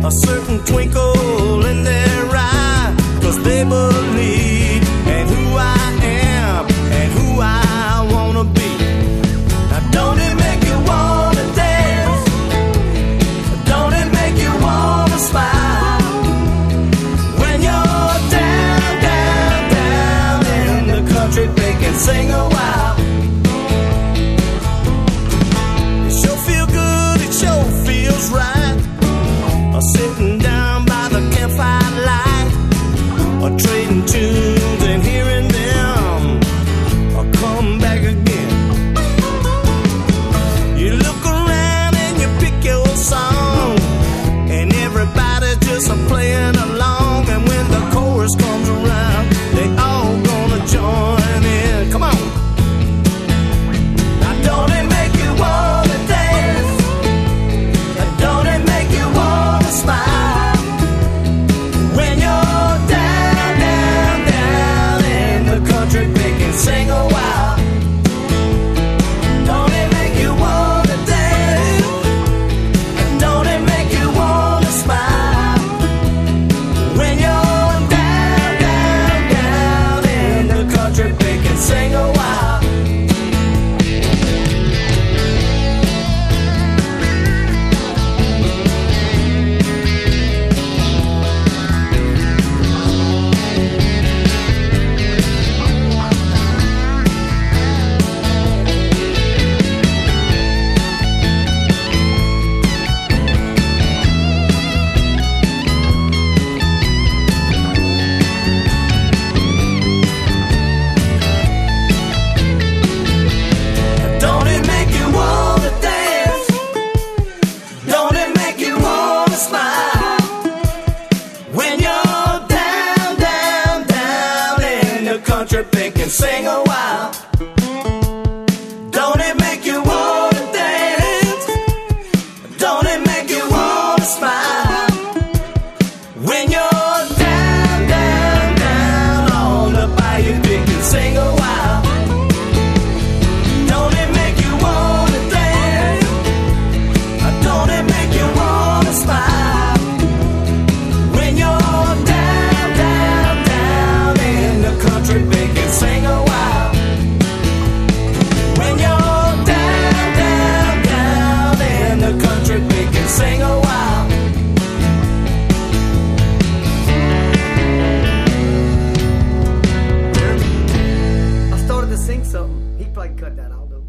Speaker 5: a certain twinkle in their eye, 'cause they believe in who I am and who I wanna be. Now don't it make you wanna dance? Don't it make you wanna smile? When you're down, down, down in the country, they can sing a while. It sure feel good, it sure feels right. Or sitting down by the campfire light, or trading tunes and hearing them, or come back again. You look around and you pick your song, and everybody just a playing along. And when the chorus comes around, they all gonna join in. Come on. Now don't it make you wanna dance? Now don't it make you wanna smile? When you're down, down, down in the country, they can sing a while. Don't it make you wanna dance? Don't it make you wanna smile? When you're down, down, down in the country, they can sing a while. Don't it make you wanna dance? Don't it make you wanna smile? When you're down, down, down in the country, they can sing a while. Don't it make you wanna dance? Don't it make you wanna smile? When you're down, down, down on the bayou, they can sing a while. Don't it make you wanna dance? Don't it make you wanna smile? When you're down, down, down in the country, they can sing a while. When you're down, down, down in the country, they can sing a while.
Speaker 1: I started to sing something. He probably cut that out though.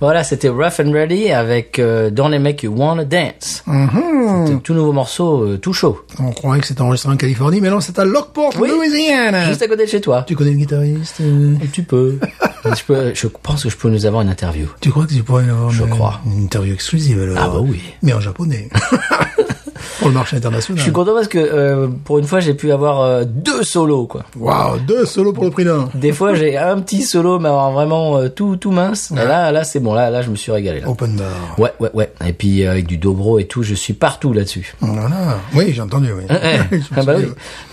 Speaker 2: Voilà, c'était Rough and Ready avec euh, Don't It Make You Wanna Dance. C'était un tout nouveau morceau, euh, tout chaud.
Speaker 3: On croirait que c'est enregistré en Californie, mais non, c'est à Lockport,
Speaker 2: Oui.
Speaker 3: Louisiane.
Speaker 2: Juste à côté de chez toi.
Speaker 3: Tu connais le guitariste euh,
Speaker 2: Tu peux. [LAUGHS] je, peux je pense que je peux nous avoir une interview.
Speaker 3: Tu crois que tu pourrais avoir
Speaker 2: Je
Speaker 3: une,
Speaker 2: crois.
Speaker 3: une interview exclusive alors
Speaker 2: Ah bah oui.
Speaker 3: Mais
Speaker 2: [LAUGHS]
Speaker 3: en japonais. Pour le marché international.
Speaker 2: Je suis content parce que euh, pour une fois j'ai pu avoir euh, deux solos quoi.
Speaker 3: Waouh, deux solos pour le prix d'un.
Speaker 2: Des fois j'ai un petit solo mais alors vraiment euh, tout tout mince.
Speaker 3: Ah.
Speaker 2: Et Là là c'est bon là là je me suis régalé là.
Speaker 3: Open bar.
Speaker 2: Ouais ouais ouais. Et puis euh, avec du dobro et tout je suis partout là-dessus.
Speaker 3: Voilà. Oui, j'ai entendu, oui.
Speaker 2: eh.
Speaker 3: [LAUGHS] Je me suis
Speaker 2: Ah bah
Speaker 3: dit,
Speaker 2: oui.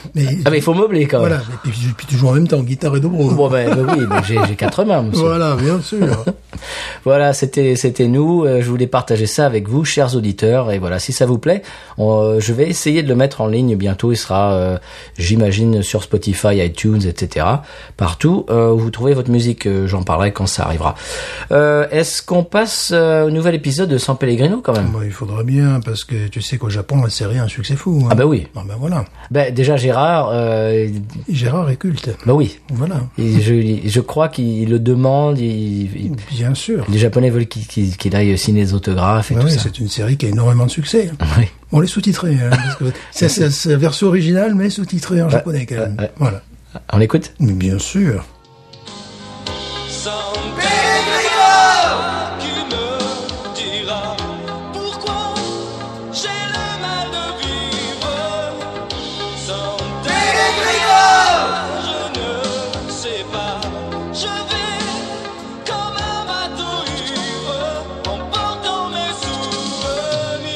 Speaker 3: euh, Mais,
Speaker 2: Ah mais il faut meubler quand même.
Speaker 3: voilà. Et puis, puis, puis tu joues en même temps, guitare et dobro.
Speaker 2: Bon ben, ben oui ben, j'ai j'ai quatre mains monsieur.
Speaker 3: Voilà, bien sûr. [LAUGHS]
Speaker 2: Voilà, c'était c'était nous. Euh, Je voulais partager ça avec vous, chers auditeurs. Et voilà, si ça vous plaît, On- je vais essayer de le mettre en ligne bientôt. Il sera, euh, j'imagine, sur Spotify, iTunes, etc. Partout euh, où vous trouvez votre musique. Euh, J'en parlerai quand ça arrivera. Euh, Est-ce qu'on passe euh, au nouvel épisode de San Pellegrino quand même
Speaker 3: Bah, il faudra bien, parce que tu sais qu'au Japon, la série a un succès fou. hein.
Speaker 2: Ah bah oui.
Speaker 3: Ah bah voilà.
Speaker 2: Ben déjà Gérard, euh,
Speaker 3: Gérard est culte.
Speaker 2: ben oui.
Speaker 3: Voilà.
Speaker 2: Et je, je crois qu'il le demande. il- il-
Speaker 3: Bien sûr.
Speaker 2: les Japonais veulent qu'il qu'il- qu'il aille signer des autographes et
Speaker 3: Ah
Speaker 2: tout
Speaker 3: oui,
Speaker 2: ça.
Speaker 3: c'est une série qui a énormément de succès. hein.
Speaker 2: Oui.
Speaker 3: On les sous-titré. hein, parce
Speaker 2: [LAUGHS]
Speaker 3: que c'est- c'est c'est la version originale, mais sous-titrée en japonais quand même.
Speaker 2: ouais, ouais.
Speaker 3: Voilà.
Speaker 2: On écoute
Speaker 3: Mais bien sûr.
Speaker 6: Sans Pellegrino qui me dira pourquoi j'ai le mal de vivre. Sans Pellegrino, je ne sais pas. Je vais comme un bateau ivre en portant mes souvenirs.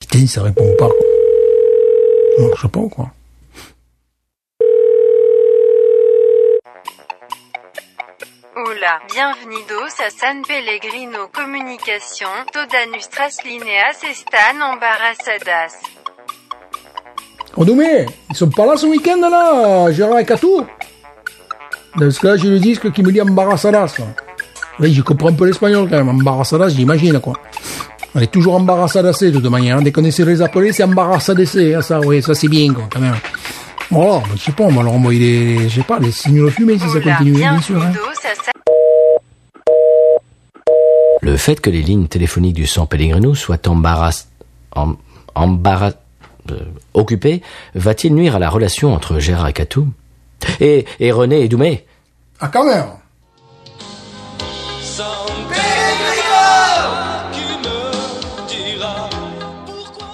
Speaker 3: Putain, ça répond pas. Non, je sais pas quoi.
Speaker 7: Hola, bienvenidos a San Pellegrino Comunicación, toda nuestras líneas están embarazadas.
Speaker 3: Redoumé, ils sont pas là ce week-end là, Gérard et Catou Parce que là j'ai le disque qui me dit embarassadas. quoi. Oui, je comprends un peu l'espagnol quand même, embarassadas j'imagine quoi. On est toujours embarassadacé de toute manière, hein. dès qu'on essaie de les appeler c'est embarassadacé, hein, ça oui, ça c'est bien quoi quand même. Voilà, mais je sais pas, on va leur envoyer des, je sais pas, des signaux fumés si ça
Speaker 7: Hola,
Speaker 3: continue, hein, bien sûr. hein.
Speaker 7: bienvenidos a San
Speaker 2: Le fait que les lignes téléphoniques du San Pellegrino soient embarrass... em- embarrass- euh, occupées, va-t-il nuire à la relation entre Gérard et Catou et, et René et Doumé
Speaker 3: Ah quand même
Speaker 6: Sans Pellegrino qui me dira pourquoi.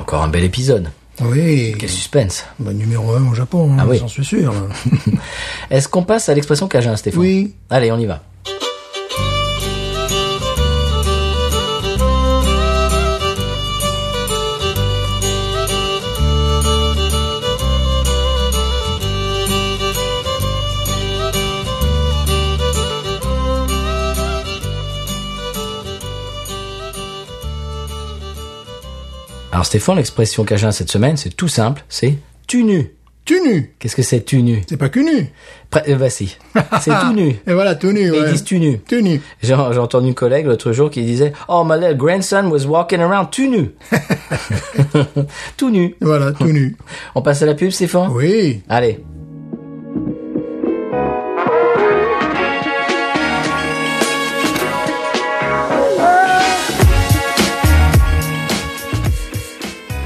Speaker 2: Encore un bel épisode.
Speaker 3: Oui,
Speaker 2: Quel suspense.
Speaker 3: bah, numéro 1 au Japon, hein,
Speaker 2: Ah oui.
Speaker 3: j'en suis sûr. là. [LAUGHS]
Speaker 2: Est-ce qu'on passe à l'expression Cajun, Stéphane
Speaker 3: Oui.
Speaker 2: Allez, on y va. Alors Stéphane, l'expression Cajun cette semaine, c'est tout simple, c'est tu nu.
Speaker 3: tu nu,
Speaker 2: Qu'est-ce que c'est tu nu
Speaker 3: c'est pas que nu.
Speaker 2: Pré- euh, bah
Speaker 3: [LAUGHS]
Speaker 2: si, c'est
Speaker 3: Ah.
Speaker 2: tout nu.
Speaker 3: Et voilà, tout nu.
Speaker 2: Ils
Speaker 3: ouais.
Speaker 2: disent tu nu.
Speaker 3: Tu nu.
Speaker 2: J'ai j'ai entendu une collègue l'autre jour qui disait Oh, my little grandson was walking around tout
Speaker 3: [LAUGHS]
Speaker 2: nu. [LAUGHS] tout nu. [LAUGHS]
Speaker 3: Voilà, tout nu.
Speaker 2: On passe à la pub, Stéphane
Speaker 3: Oui.
Speaker 2: Allez.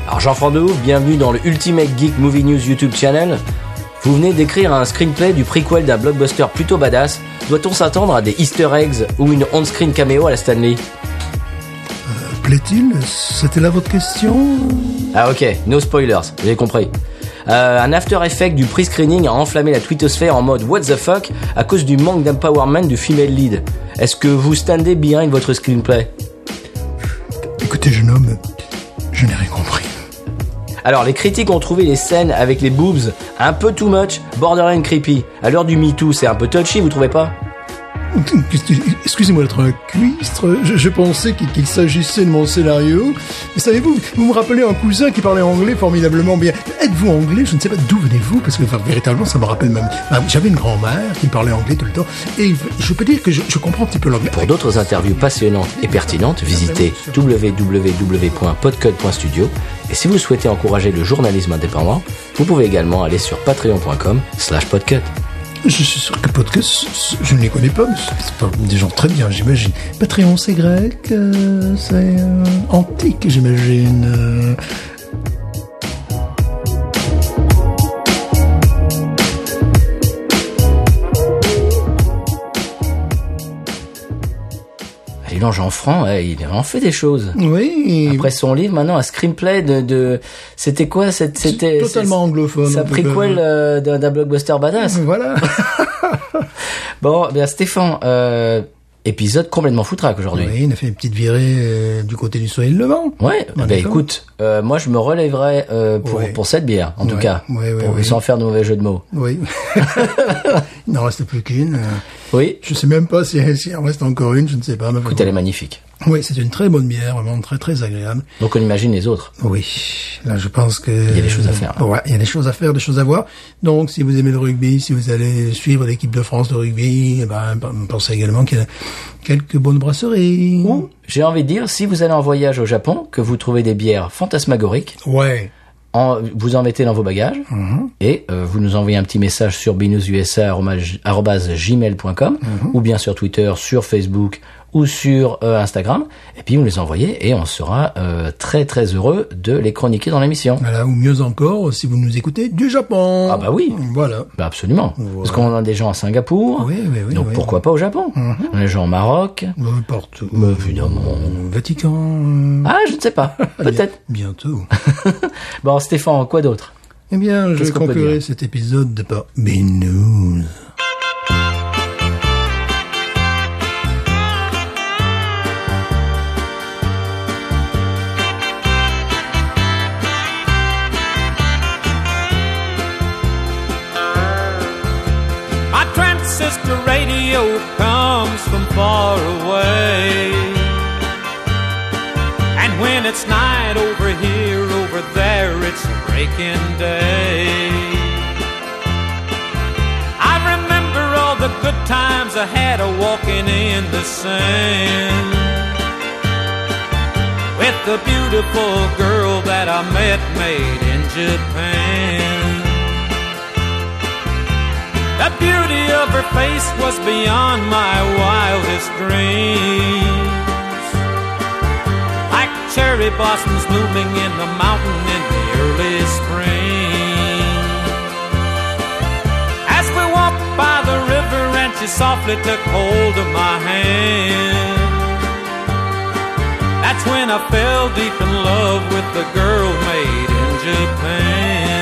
Speaker 2: Alors Jean-François de Ouf, bienvenue dans le Ultimate Geek Movie News YouTube Channel. Vous venez d'écrire un screenplay du prequel d'un blockbuster plutôt badass. Doit-on s'attendre à des easter eggs ou une on-screen caméo à la Stanley
Speaker 3: Plaît-il C'était là votre question
Speaker 2: Ah ok, no spoilers, j'ai compris. Euh, un after effect du pre-screening a enflammé la twittosphère en mode what the fuck à cause du manque d'empowerment du female lead. Est-ce que vous standez behind votre screenplay
Speaker 3: Écoutez, jeune homme, je n'ai rien compris. [LAUGHS]
Speaker 2: Alors les critiques ont trouvé les scènes avec les boobs un peu too much, borderline creepy. À l'heure du Me Too, c'est un peu touchy, vous trouvez pas
Speaker 3: Excusez-moi d'être un cuistre, je, je pensais qu'il qu'il s'agissait de mon scénario. Mais savez-vous, vous me rappelez un cousin qui parlait anglais formidablement bien. Êtes-vous anglais Je ne sais pas d'où venez-vous, parce que enfin, véritablement, ça me rappelle même... Ah, J'avais une grand-mère qui parlait anglais tout le temps, et je peux dire que je, je comprends un petit peu l'anglais.
Speaker 2: Pour d'autres interviews passionnantes et pertinentes, visitez www.podcode.studio. Et si vous souhaitez encourager le journalisme indépendant, vous pouvez également aller sur patreon.com slash podcut.
Speaker 3: Je suis sûr que podcast, je ne les connais pas, mais c'est pas des gens très bien, j'imagine. Patreon, c'est grec, euh, c'est euh, antique, j'imagine. euh.
Speaker 2: Et non, Jean-Franc, ouais, il Bah, en fait des choses.
Speaker 3: Oui.
Speaker 2: Après son livre, maintenant, un screenplay de... de... C'était quoi cette- C'était...
Speaker 3: C'est totalement
Speaker 2: c'est-
Speaker 3: anglophone,
Speaker 2: C'est
Speaker 3: en
Speaker 2: un
Speaker 3: tout cas.
Speaker 2: préquel euh, [LAUGHS] d'un d'un blockbuster badass.
Speaker 3: Voilà.
Speaker 2: Bon, eh bien Stéphane, euh, épisode complètement foutraque aujourd'hui.
Speaker 3: Oui, on a fait une petite virée euh, du côté du soleil levant.
Speaker 2: Ouais,
Speaker 3: On est
Speaker 2: bah
Speaker 3: d'accord.
Speaker 2: écoute, euh, moi je me relèverai euh, pour,
Speaker 3: Ouais.
Speaker 2: pour cette bière, en tout
Speaker 3: Ouais,
Speaker 2: cas,
Speaker 3: ouais, ouais,
Speaker 2: pour,
Speaker 3: ouais.
Speaker 2: sans faire de mauvais jeu de mots.
Speaker 3: Oui. [LAUGHS] Il n'en reste plus qu'une. euh,
Speaker 2: Oui,
Speaker 3: Je sais même pas si si en reste encore une, je ne sais pas. mais
Speaker 2: écoute, elle est magnifique.
Speaker 3: Oui, c'est une très bonne bière, vraiment très très agréable.
Speaker 2: Donc on imagine les autres.
Speaker 3: Oui, là je pense que...
Speaker 2: Il y a des choses à faire, là.
Speaker 3: Ouais, il y a des choses à faire, des choses à voir. Donc si vous aimez le rugby, si vous allez suivre l'équipe de France de rugby, eh ben, pensez également qu'il y a quelques bonnes brasseries.
Speaker 2: J'ai envie de dire, si vous allez en voyage au Japon, que vous trouvez des bières fantasmagoriques,
Speaker 3: Ouais.
Speaker 2: en- vous en mettez dans vos bagages
Speaker 3: Mhm.
Speaker 2: et euh, vous nous envoyez un petit message sur binoususa.gmail.com
Speaker 3: Mhm.
Speaker 2: ou bien sur Twitter, sur Facebook ou sur euh, Instagram. Et puis vous les envoyez et on sera euh, très très heureux de les chroniquer dans l'émission.
Speaker 3: Voilà, ou mieux encore, si vous nous écoutez du Japon.
Speaker 2: Ah bah oui.
Speaker 3: Voilà.
Speaker 2: Bah, absolument. Parce qu'on a des gens à Singapour.
Speaker 3: Oui, oui, oui, Mhm.
Speaker 2: donc
Speaker 3: oui.
Speaker 2: pourquoi pas au Japon On a des gens au Maroc.
Speaker 3: Euh, Partout.
Speaker 2: évidemment.
Speaker 3: Au Vatican.
Speaker 2: Bah, Ah, je ne sais pas. Peut-être. [LAUGHS]
Speaker 3: Bien- Bientôt.
Speaker 2: Bon, Stéphane, quoi d'autre
Speaker 3: Eh bien, je
Speaker 2: Qu'est-ce qu'on peut
Speaker 3: conclurai
Speaker 2: dire
Speaker 3: cet épisode de par mes news.
Speaker 8: My transistor radio comes from far away. And when it's night over here, over there, it's breaking day. I remember all the good times I had a walking in the sand. With the beautiful girl that I met made in Japan. The beauty of her face was beyond my wildest dreams. Like cherry blossoms blooming in the mountain in the early spring. As we walked by the river and she softly took hold of my hand. That's when I fell deep in love with the girl made in Japan.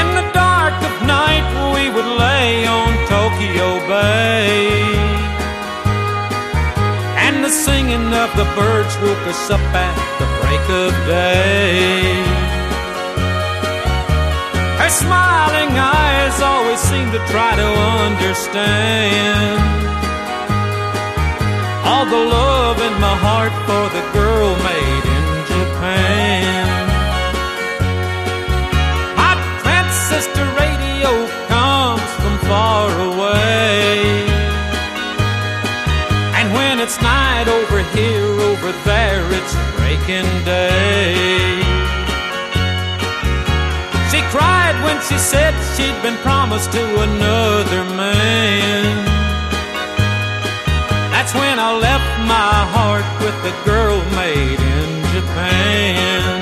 Speaker 8: In the dark of night, we would lay on Tokyo Bay. And the singing of the birds woke us up at the break of day. Her smiling eyes always seemed to try to understand all the love in my heart for the girl made in Japan. My transistor radio comes from far away. And when it's night over here, over there, it's breaking day. She cried when she said she'd been promised to another man. That's when I left my heart with the girl made in Japan.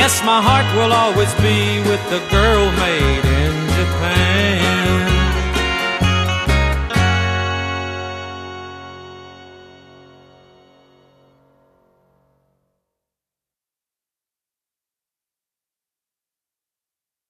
Speaker 8: Yes, my heart will always be with the girl made